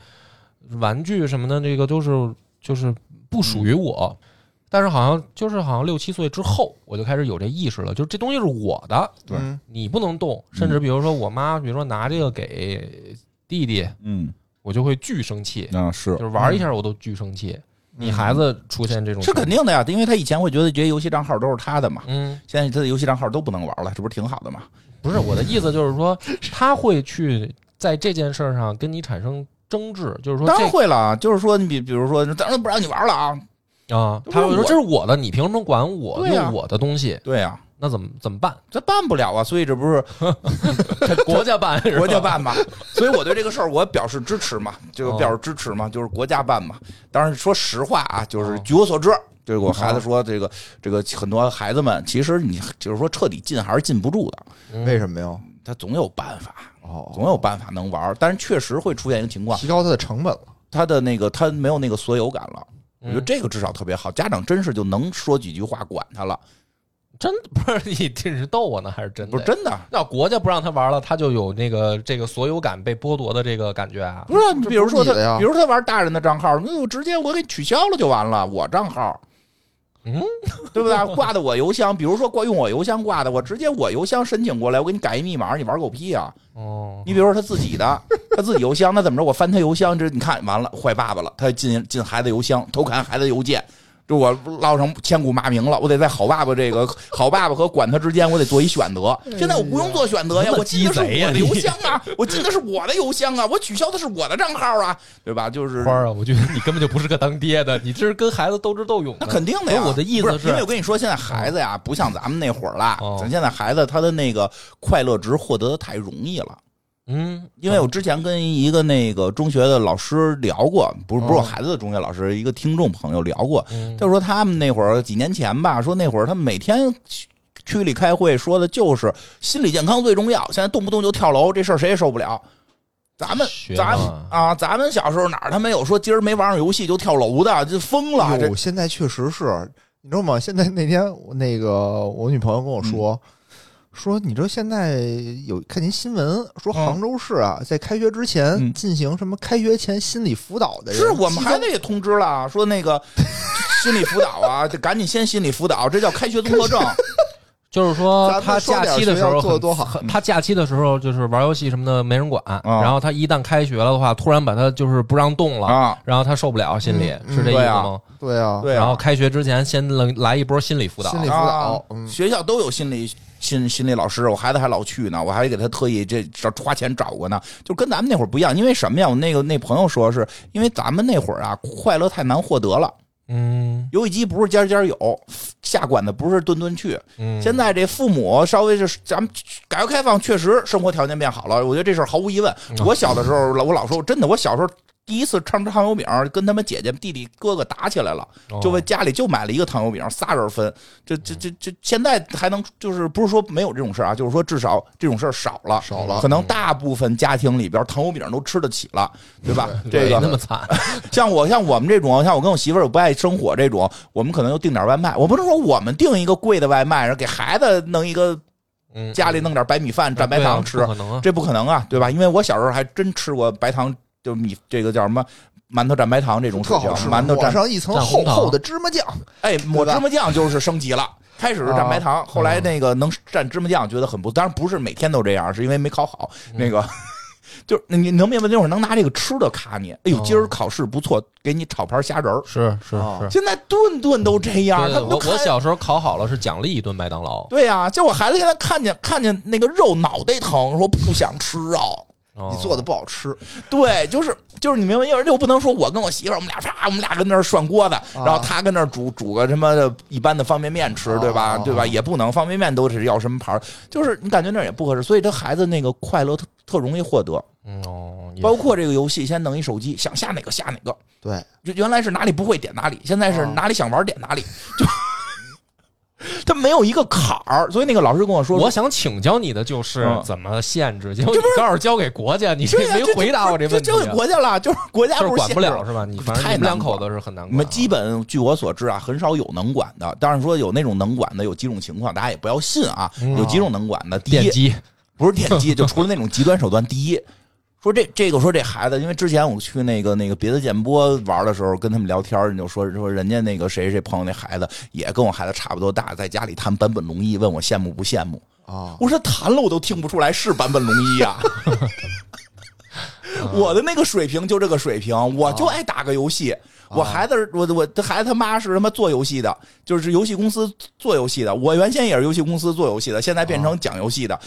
玩具什么的，这个都是就是不属于我。
嗯
但是好像就是好像六七岁之后，我就开始有这意识了，就是这东西是我的，
对
嗯
你不能动。甚
嗯
至比如说我妈，比如说拿这个给弟弟，
嗯，
我就会巨生气，
那是
就
嗯
是玩一下我都巨生气。你孩子出现这种
是肯定的呀，因为他以前会觉得这些游戏账号都是他的嘛，
嗯，
现在他的游戏账号都不能玩了，这不是挺好的嘛？
不是我的意思，就是说他会去在这件事儿上跟你产生争执，就是说
当然
这
会了啊，就是说你比比如说，当然不让你玩了啊，
啊，
不是
他会说
我
这是我的，你凭什么管我
对呀
用我的东西？
对呀、
那怎么怎么办？
这办不了啊，所以这不是他
国家办，是吧
国家办吧， 所以我对这个事儿我表示支持嘛，就
哦
表示支持嘛，就是国家办嘛。当然，说实话啊，就是
哦
据我所知，就是我孩子说这个这个很多孩子们，其实你就是说彻底禁还是禁不住的，
嗯为什么呀？
他总有办法，总
哦，
有啊办法能玩儿。但是确实会出现一个情况，
提高它的成本了。
他的那个他没有那个所有感了。我觉得
嗯
这个至少特别好，家长真是就能说几句话管他了，
真的不是你这是逗我呢，还是真的？
不是真的，
那国家不让他玩了，他就有那个这个所有感被剥夺的这个感觉啊。
不是，比如说
这不是你的
他，
呀
比如他玩大人的账号，那我直接我给取消了就完了，我账号，
嗯，
对不对？挂的我邮箱，比如说挂用我邮箱挂的，我直接我邮箱申请过来，我给你改一密码，你玩狗屁啊！
哦，
你比如说他自己的，他自己邮箱，那怎么着？我翻他邮箱，这你看完了，坏爸爸了，他进进孩子邮箱，偷看孩子邮件。这我落上千古骂名了，我得在好爸爸这个好爸爸和管他之间，我得做一选择。现在我不用做选择
哎
呀
那，么
我进的是我
鸡贼呀
的
你
邮箱啊，我进的是我的邮箱啊，我取消的是我的账号啊，对吧？就是
花儿啊，我觉得你根本就不是个当爹的，你这是跟孩子斗智斗勇的。啊
那肯定的呀。
不是我的意思
不是
是
因为我跟你说，现在孩子呀，不像咱们那会儿啦
哦，
咱现在孩子他的那个快乐值获得的太容易了。
嗯，
因为我之前跟一个那个中学的老师聊过，不是
哦
不是我孩子的中学老师，一个听众朋友聊过，
嗯
他说他们那会儿几年前吧，说那会儿他们每天区区里开会说的就是心理健康最重要，现在动不动就跳楼，这事儿谁也受不了。咱们
学
咱
嘛
啊，咱们小时候哪儿他没有说今儿没玩上游戏就跳楼的，就疯了。这
有，哎现在确实是，你知道吗？现在那天我那个我女朋友跟我说。
嗯
说，你知道现在有看您新闻说杭州市啊，在开学之前
嗯
进行什么开学前心理辅导的人，
是我们还
集中
得通知了，说那个心理辅导啊，就 赶紧先心理辅导，这叫开学综合症。
就是说
咱
他
们说
假
点
期的时
学
候
校做得
很
多好
嗯
很他假期的时候就是玩游戏什么的没人管，
啊
然后他一旦开学了的话，突然把他就是不让动了，
啊
然后他受不了，心里、
嗯
是这意
对
思
啊
吗？
对啊，
对啊，
然后开学之前先来来一波心理辅导，
心理辅
啊
导，嗯，
学校都有心理心心理老师，我孩子还老去呢，我还给他特意这这花钱找过呢，就跟咱们那会儿不一样，因为什么呀？我那个那朋友说是因为咱们那会儿啊，快乐太难获得了，
嗯
游戏机不是家家有，下馆子不是顿顿去。
嗯，
现在这父母稍微就是咱们改革开放，确实生活条件变好了，我觉得这事儿毫无疑问。我小的时候，我老说真的，我小时候。第一次吃糖油饼，跟他们姐姐、弟弟、哥哥打起来了，
哦
哦
就为家里就买了一个糖油饼，仨人分。这这这这，现在还能就是不是说没有这种事儿啊，就是说至少这种事儿少了，
少了嗯
可能大部分家庭里边糖油饼都吃得起了，对吧？这
没那
个
么 惨，
像我像我们这种，像我跟我媳妇儿不爱生火这种，我们可能就订点外卖。我不能说我们订一个贵的外卖，然后给孩子弄一个
嗯
家里弄点白米饭蘸白糖吃
对啊，不可能啊，
这不可能啊，对吧？因为我小时候还真吃过白糖，就米这个叫什么馒头蘸白糖这种事
特
情啊
好吃，，
馒头蘸
抹上一层
蘸
厚
红糖
厚的芝麻酱，
哎，抹
对吧
芝麻酱就是升级了。开始是蘸白
啊
糖，后来那个能蘸芝麻酱，觉得很不，当然不是每天都这样，是因为没考好。
嗯
那个就是你你能明白那会儿能拿这个吃的卡你，哎呦，今儿考试不错，给你炒盘虾仁儿。
哦是是
哦
是。
现在顿顿都这样，
对对
他们
我
都
我
看。
小时候考好了是奖励一顿麦当劳，
对呀、就我孩子现在看见看见那个肉脑袋疼，说不想吃啊肉。
你
你做的不好吃，
对，就是就是你明白，又又不能说我跟我媳妇儿，我们俩啪，我们俩跟那儿涮锅
啊
子，然后他跟那儿煮煮个什么的一般的方便面吃，对吧？
啊
对吧？也不能方便面都是要什么牌儿，就是你感觉那儿也不合适，所以这孩子那个快乐特特容易获得，
嗯哦，也
包括这个游戏，先弄一手机，想下哪个下哪个，
对，
就原来是哪里不会点哪里，现在是
啊
哪里想玩点哪里，它没有一个坎儿，所以那个老师跟我说，
我想请教你的就是
嗯
怎么限制，结果你告诉交给国家，你这
对呀
没回答我这问题
就交给
啊，
国家了，就是国家
就是
不
管
限
不
制
了是吧？你反正
太
你们两
难管
口子是很难
我
管
们
啊。
基本据我所知啊，很少有能管的。当然说有那种能管的，有几种情况，大家也不要信啊。有几种能管的，
嗯
第
电
一
击，
不是电击，就除了那种极端手段，第一。说这这个说这孩子，因为之前我去那个那个别的建波玩的时候，跟他们聊天，人就说说人家那个谁谁朋友那孩子也跟我孩子差不多大，在家里谈坂本龙一，问我羡慕不羡慕。
啊，
我说谈了我都听不出来是坂本龙一呀、我的那个水平就这个水平，我就爱打个游戏。我孩子，我我这孩子他妈是他妈做游戏的，就是游戏公司做游戏的。我原先也是游戏公司做游戏的，现在变成讲游戏的。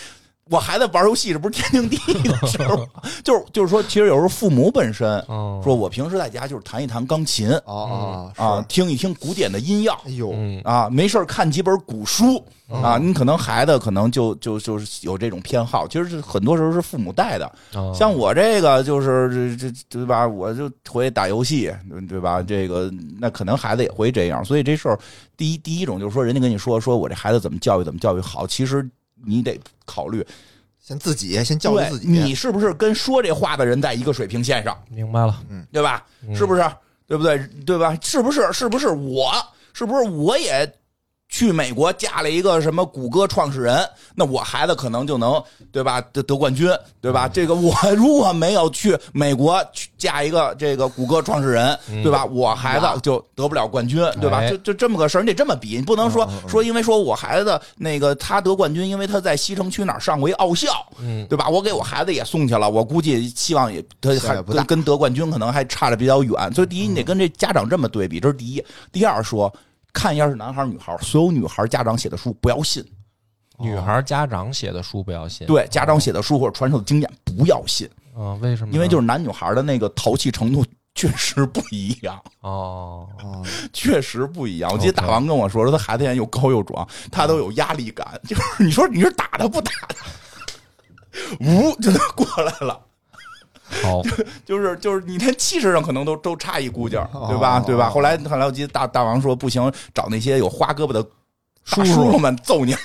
我孩子玩游戏，这不是天经地义的事儿吗？就是就是说，其实有时候父母本身
嗯，
哦说，我平时在家就是弹一弹钢琴
哦哦，
啊
是，，
听一听古典的音乐，
哎呦，
嗯，
啊，没事儿看几本古书
哦
啊，你可能孩子可能就就就是有这种偏好，其实是很多时候是父母带的。
啊
像我这个就是这这对吧，我就回去打游戏，对吧？这个那可能孩子也会这样，所以这事儿第一第一种就是说，人家跟你说说我这孩子怎么教育怎么教育好，其实你得考虑，
先自己先教育
对
自己，
你是不是跟说这话的人在一个水平线上。
明白了，
对吧？
嗯
是不是？对不对？对吧？是不是？是不是我？是不是我也去美国嫁了一个什么谷歌创始人？那我孩子可能就能对吧？得得冠军，对吧？这 个我如果没有去美国去嫁一个这个谷歌创始人，对吧？我孩子就得不了冠军，对
嗯
吧？
哎嗯
就就这么个事儿，你得这么比，你不能说说因为说我孩子那个他得冠军，因为他在西城区哪儿上过一奥校，
嗯
对吧？我给我孩子也送去了，我估计希望也他
希望
还
也不
跟
大
跟得冠军可能还差的比较远。所以第一，你得跟这家长这么对比，这是第一。第二说。看一下是男孩儿女孩儿，所有女孩儿家长写的书不要信，
女孩家长写的书不要信，，
哦对家长写的书或者传授的经验不要信，
嗯，为什么呢？
因为就是是男女孩儿的那个淘气程度确实不一样，
哦，
哦，
确实不一样。我记得大王跟我说，说他孩子现在又高又壮，他都有压力感，就是你说你是打他不打他，呜就过来了。哦
好，
就是就是你连气势上可能都都差一股劲儿，
哦
对吧？
哦
对吧？
哦
后来后来我记得大大王说不行，找那些有花胳膊的大
叔叔
叔叔们揍你，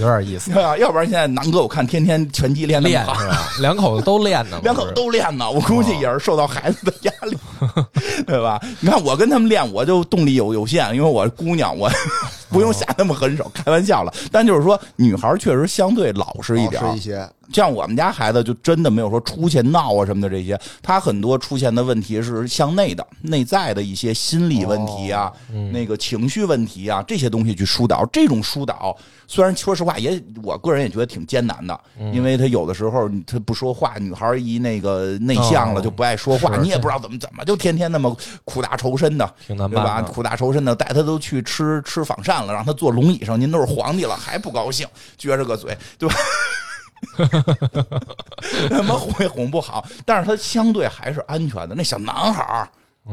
有点意思，
对吧？要不然现在南哥我看天天拳击 练得
练
好
是。吧？两口子都 练呢，
两口
不是
都练呢，我估计也是受到孩子的压力， 对吧？你看我跟他们练，我就动力有有限，因为我姑娘，我 不用下那么狠手，开玩笑了。但就是说，女孩确实相对老实一点儿，
老实一些，
像我们家孩子就真的没有说出去闹啊什么的这些，他很多出现的问题是向内的、内在的一些心理问题啊、
哦嗯
那个情绪问题啊这些东西去疏导。这种疏导虽然说实话也，我个人也觉得挺艰难的，
嗯
因为他有的时候你他不说话，女孩一那个内向了
哦
就不爱说 话，
是
你也
是
不知道怎么怎么就天天那么苦大仇深的，
挺难
对吧？
办的，
苦大仇深的，带他都去吃吃仿膳了，让他坐龙椅上，您都是皇帝了，还不高兴，撅着个嘴，对吧？ 他妈哄也哄不好，但是他相对还是安全的。那小男孩儿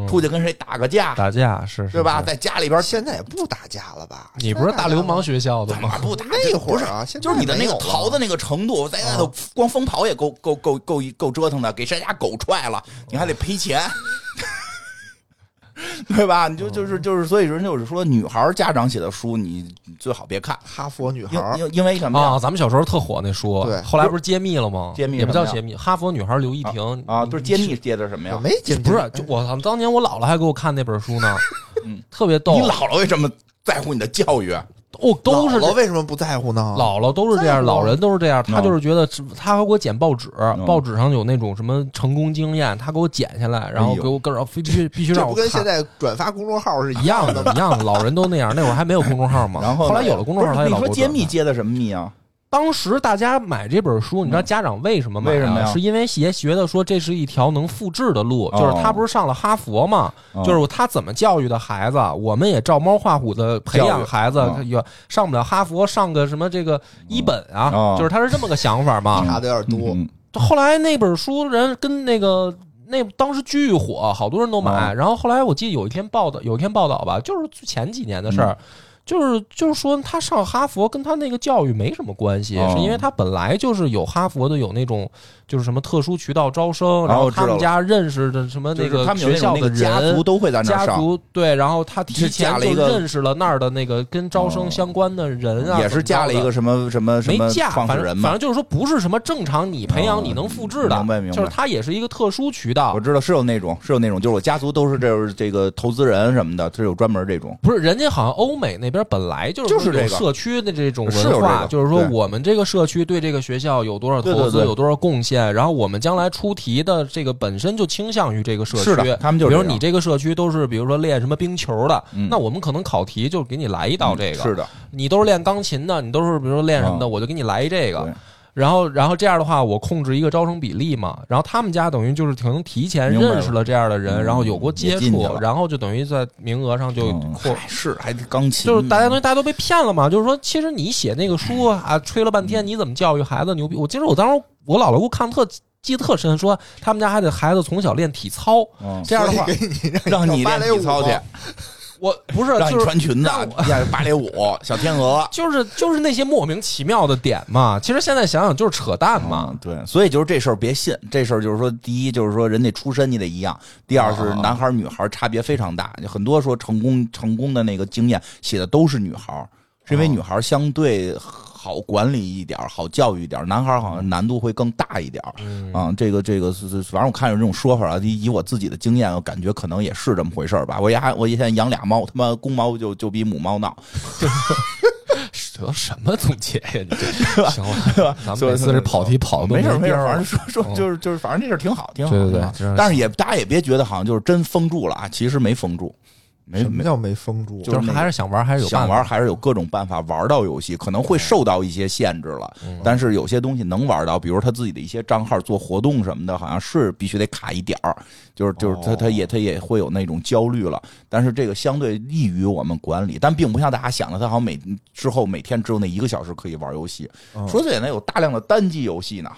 出去跟谁打个架，
打架是，是
对吧？
是
在家里边儿
现在也不打架了吧？
你不是大流氓学校的
怎么
吗？
不打？
那会儿
不是
啊，现在
就是你的那个
没有了
逃的那个程度，在外头光疯跑也够够够够够折腾的，给谁家狗踹了，你还得赔钱， 对吧？你就就是就是，所以人就是说，女孩儿家长写的书你最好别看，
哈佛女孩
因
儿
因因为什么呀？
啊，咱们小时候特火那书，
对
后来不是揭秘了吗？
揭秘
也不叫
什么
揭
呀
秘，哈佛女孩刘亦婷
啊，
你
不是揭秘揭的什么呀
我？没见，
不是，就我操，当年我姥姥还给我看那本书呢，
嗯，
特别逗
你，姥姥为什么在乎你的教育？啊
哦，都是这
姥姥为什么不在乎呢？
姥姥都是这样，
在乎
老人都是这样。他
嗯
就是觉得是，他还给我捡报纸，报纸上有那种什么成功经验，他给我捡下来，
哎
然后给我各种 必 须必须
这
让
不
我
跟
看。
现在转发公众号是
一样的，一样的，老人都那样。那会儿还没有公众号嘛，
然后呢
来有了公众号，
不
他
是
也
你
老
说
给我
揭秘
转发。
揭的什么秘啊？
当时大家买这本书，你知道家长为什么买啊？
嗯为什么呀
是因为也觉得说这是一条能复制的路，
哦
就是他不是上了哈佛嘛，
哦
就是他怎么教育的孩子，我们也照猫画虎的培
教育
养孩子
哦，
他也上不了哈佛，上个什么这个一本啊，
哦
就是他是这么个想法嘛。
差的有点多，
嗯
后来那本书人跟那个那当时巨
嗯嗯
火，好多人都买。然后后来我记得有一天报道，有一天报道吧，就是前几年的事儿。就是就是说，他上哈佛跟他那个教育没什么关系，
哦
是因为他本来就是有哈佛的有那种就是什么特殊渠道招生，然
哦
后
我知道
他们家认识的什么那
就是
个
他们有
学
那种
校
那
的
个家
人
族都会在那儿
家
上，
族对，然后他提
是
前
嫁了
就
一个
认识了那儿的那个跟招
哦
生相关的人啊，
也是嫁了一个
怎
什么什么什
么着的
么
没嫁，
创
反
始
正
人
反
嘛
正。
嗯
就是说不是什么正常你培养你能复制的，
明白明白
就是他也是一个特殊渠道
我，知道是有那种是有那种，就是我家族都是这这个投资人什么的，他有专门这种。
不是，人家好像欧美那边本来就是
就是这
有
个
社区的这种
是有
文化，
这个
就是说
对
我们这个社区对这个学校有多少投资，
对对对
有多少贡献，然后我们将来出题的这个本身就倾向于这个社区。
是的，他们就
比
是
如
这样
你这个社区都是，比如说练什么冰球的，
嗯
那我们可能考题就给你来一道这个。
是的，
你都是练钢琴的，你都是比如说练什么的，
啊
我就给你来一这个
对。
然后，然后这样的话，我控制一个招生比例嘛。然后他们家等于就是可能提前
明白了
认识了这样的人，
嗯
然后有过接
也进去
触
了，
然后就等于在名额上就
嗯
扩
嗨是还钢琴，
就是大家都大家都被骗了嘛，就是说，其实你写那个书啊，吹了半
嗯
天，你怎么教育孩子牛逼？我记得我当时我姥姥给我看特记得特深，说他们家还得孩子从小练体操，
嗯
这样的话，
所以给你
让你
跳芭
练
蕾舞
体操去，
我不是
让
就
你
是
穿裙子，练芭蕾舞，小天鹅。
就是就是那些莫名其妙的点嘛，其实现在想想就是扯淡嘛
嗯，，对，所以就是这事儿别信，这事儿就是说，第一就是说人家出身你得一样，第二是
哦
男孩儿女孩儿差别非常大，很多说成功成功的那个经验写的都是女孩儿，是因为女孩儿相对好管理一点儿，好教育一点儿，男孩儿好像难度会更大一点儿。
嗯
啊、这个这个是是，反正我看有这种说法啊，以以我自己的经验，我感觉可能也是这么回事儿吧。我也还我也现在养俩猫，他妈公猫就就比母猫闹，
得什么总结呀？你这 行了，咱们
所以
每次这跑题跑的
没事儿没事
边
儿，
儿了
反正说说
嗯
就是就是，反正这事儿挺好，挺好。
对对对
挺好
真是
但是也大家也别觉得好像就是真封住了啊，其实没封住，没
什么
没
叫没封住？啊
就
就是是
那个
还是想玩，还是有
想
办法
玩还是有各种办法玩到游戏，可能会受到一些限制了。
嗯
但是有些东西能玩到，比如他自己的一些账号做活动什么的，好像是必须得卡一点儿，就是就是他
哦
他也他也会有那种焦虑了。但是这个相对易于我们管理，但并不像大家想的，他好像每之后每天只有那一个小时可以玩游戏。
嗯
说最简单，有大量的单机游戏呢。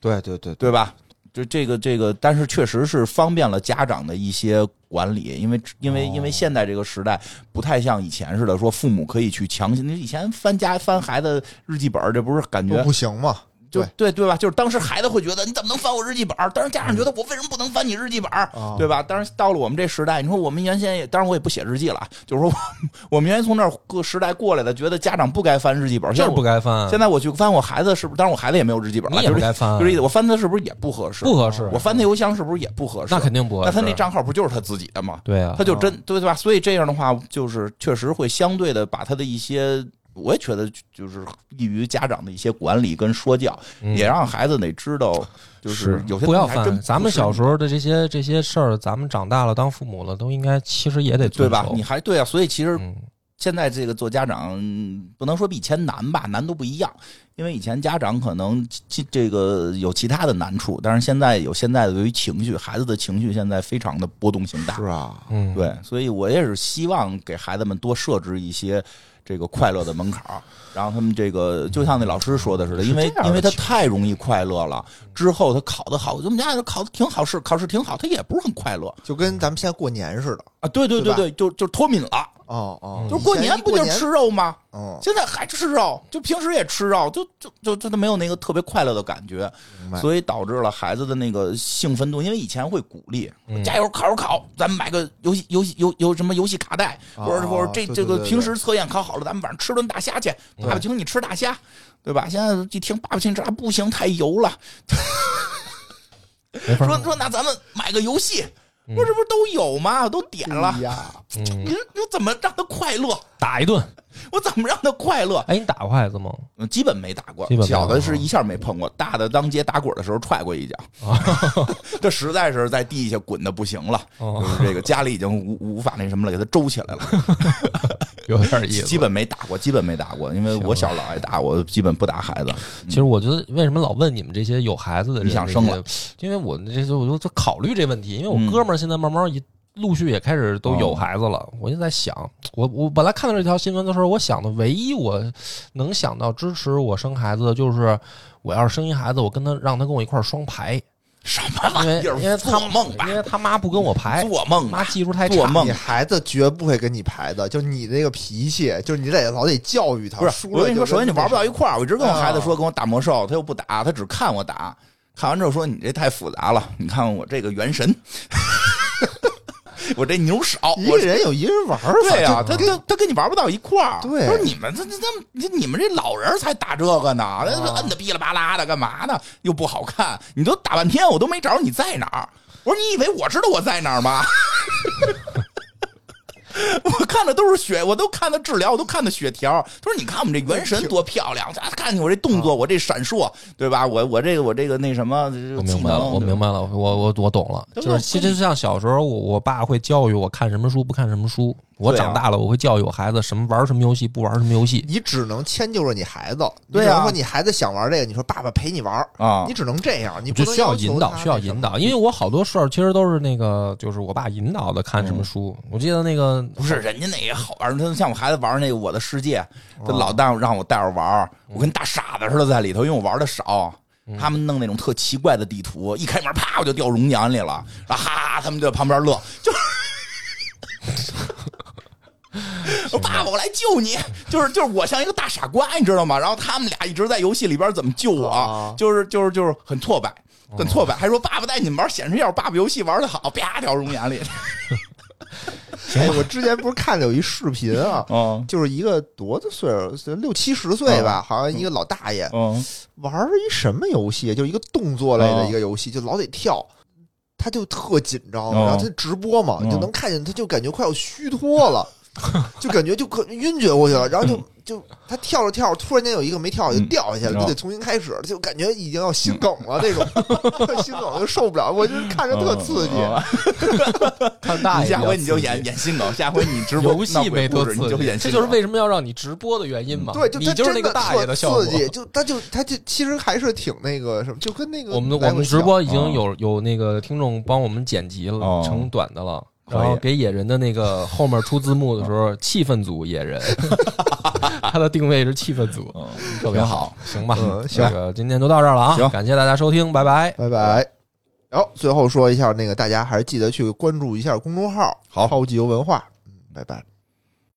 对对对对，
对吧？就这个这个，但是确实是方便了家长的一些管理，因为因为
哦
因为现在这个时代不太像以前似的，说父母可以去强行。以前翻家翻孩子日记本儿，这不是感
都
觉
不行 嘛。
就对对吧？就是当时孩子会觉得你怎么能翻我日记本儿？当时家长
嗯
觉得我为什么不能翻你日记本儿？
哦
啊
对吧？当时到了我们这时代，你说我们原先也，当然我也不写日记了，啊就是说我我们原先从那儿个时代过来的，觉得家长不该翻日记本儿，
就
现
是
在
不
我
该翻，啊
现在我去翻我孩子是不是？当然我孩子也没有日记本儿
你
了，
也
就
不
是
该翻，啊
就这意思。我翻他是不是也不合适？
不合适，啊
我翻他邮箱是不是也不合适？
那肯定不合
那
适，啊
他那账号不就是他自己的吗？
对啊
他，就真对吧？所以这样的话，就是确实会相对的把他的一些，我也觉得就是易于家长的一些管理跟说教，
嗯
也让孩子得知道，就是有些
不要
东西还真
犯。咱们小时
候
候的这些这些事儿，咱们长大了当父母了，都应该其实也得
对
遵
吧？
守
你。还对啊，所以其实
嗯，
现在这个做家长，嗯不能说比以前难吧，难度不一样。因为以前家长可能这这个有其他的难处，但是现在有现在的由于情绪，孩子的情绪现在非常的波动性大
是。啊，
嗯，
对，所以我也是希望给孩子们多设置一些这个快乐的门槛儿，然后他们这个就像那老师说的似的，因为
这样的
因为他
情
太容易快乐了，之后他考得好，我们家孩考得挺好试，考试挺好，他也不是很快乐
就跟咱们现在过年似的。
啊。对对
对
对
吧
对，就就脱敏了，
哦哦，
嗯就是过年不就吃肉吗？
嗯，
现在还吃肉，就平时也吃肉，就就就就他没有那个特别快乐的感觉，
明白。
所以导致了孩子的那个兴奋度，因为以前会鼓励，
嗯
加油考试考，咱们买个游戏游戏游游什么游戏卡带，
哦
或者或者这
对对
这个
对对嗯
平时测验考好了，咱们晚上吃顿大虾去，
对
爸爸请你吃大虾，对吧？现在一听爸爸请你吃大虾啊不行，太油 了，
没法
说
儿，
说那咱们买个游戏，
嗯
说这不是都有吗？都点了
哎，呀，
你
嗯，
你怎么让他快乐？
打一顿。
我怎么让他快乐？
哎，你打过孩子吗？
嗯基本没打过
基本，没
小的
打过
是一下没碰过，大的当街打滚的时候踹过一脚， 这实在是在地下滚的不行了，
哦
就是这个家里已经无无法那什么了，给他周起来了。
有点 意
基。本没打过，基本没打过，因为我小老爱打，我基本不打孩子。
其实我觉得，为什么老问你们这些有孩子的人？
你想生了
这些？因为我这就我就在考虑这问题，因为我
嗯哦
哥们儿现在慢慢也陆续也开始都有孩子了，我就在想，我我本来看到这条新闻的时候，我想的唯一我能想到支持我生孩子的就是，我要是生一孩子，我跟他让他跟我一块儿双排，
什么
因 为
玩意儿？
因为他
做梦吧哎
因，为他妈不跟我排，
做梦
妈
吧，
技术太差，
做梦
你孩子绝不会跟你排的，就你那个脾气，就是你得老得教育他。
不是，
输
我
了
跟你说，
就
首先你玩不到一块儿。我一直跟我孩子
啊
说，跟我打魔兽，他又不打，他只看我打。看完之后说：“你这太复杂了，你看我这个元 神，我这牛少，
一
我
个人有一个人玩儿法，
对啊呀、他
就
他他跟你玩不到一块儿。
对
他说你们这这这你们这老人才打这个呢，
啊
那摁的哔啦吧啦的，干嘛呢？又不好看，你都打半天，我都没找着你在哪儿。我说你以为我知道我在哪儿吗？ 我看的都是血，我都看的治疗，我都看的血条。他说：“你看我们这元神多漂亮，啊看见我这动作，我这闪烁，对吧？我我这个我这个那什么呃
我
技
明白了，
能，
我明白了，我我我懂了，
对
就
不对
是其实就像小时候，我我爸会教育我看什么书不看什么书，我
对啊
长大了我会教育我孩子什么玩什么游戏不玩什么游戏，
你只能迁就着你孩子。
啊
对
你
呀
比方说你孩子想玩这个，你说爸爸陪你玩儿
啊
你只能这样，你不
就
能
需要
求
引导，
他
需要
那什
引
么。
导，因为我好多事儿其实都是那个，就是我爸引导的看什
嗯
么书。我记得那 个
不是人家那也好玩儿，他像我孩子玩儿那个《我的世界》，他老带我让我带着玩儿，我跟大傻子似的在里头，因为我玩的少。他们弄那种特奇怪的地图，一开门啪我就掉熔岩里了，然后哈哈哈，他们就在旁边乐，就是 我爸爸我来救你，就是就是我像一个大傻瓜，你知道吗？然后他们俩一直在游戏里边怎么救我
啊，
就是就是就是很挫败，很挫败，还说爸爸带你们玩显示药，爸爸游戏玩的好，啪掉熔岩里，，
哎，我之前不是看了有一视频啊
嗯
就是一个多大岁数，六七十岁
嗯
吧，好像一个老大爷
嗯
玩儿一什么游戏，就是一个动作类
啊
的一个游戏，就老得跳。他就特紧张，
哦
然后他直播嘛，
嗯
你就能看见，他就感觉快要虚脱 了，就感觉就可晕厥过去了。然后就就他跳着跳着，突然间有一个没跳下去
嗯
掉下去了，
哦
就得重新开始，就感觉已经要心梗 了那种， 心梗就受不了，我就看着特刺激。
嗯嗯
看大
你下回你就演演新梗，下回你直 播
游
闹
戏
鬼
没
故
多
事
刺
你就演
激，
新
这
嗯梗
就是为什么要让你直播的原因嘛。
对，就
你
他
就是那
真
个
的
大爷
特
效果
刺。激，就他就他就其实还是挺那个什么，就跟那个
我们
来
我
回
们
跳
直播已经有有那个听众帮我们剪辑
啊哦
了，成短的了。
可以啊
然后给野人的那个后面出字幕的时候，气氛组野人， 他的定位是气氛组，
嗯
特别
挺
好
好，
行吧？
嗯
这个今天就到这儿了啊！
行
感谢大家收听，拜拜。
拜拜。然后最后说一下，那个大家还是记得去关注一下公众号“
好
超级游文化”。嗯，拜拜。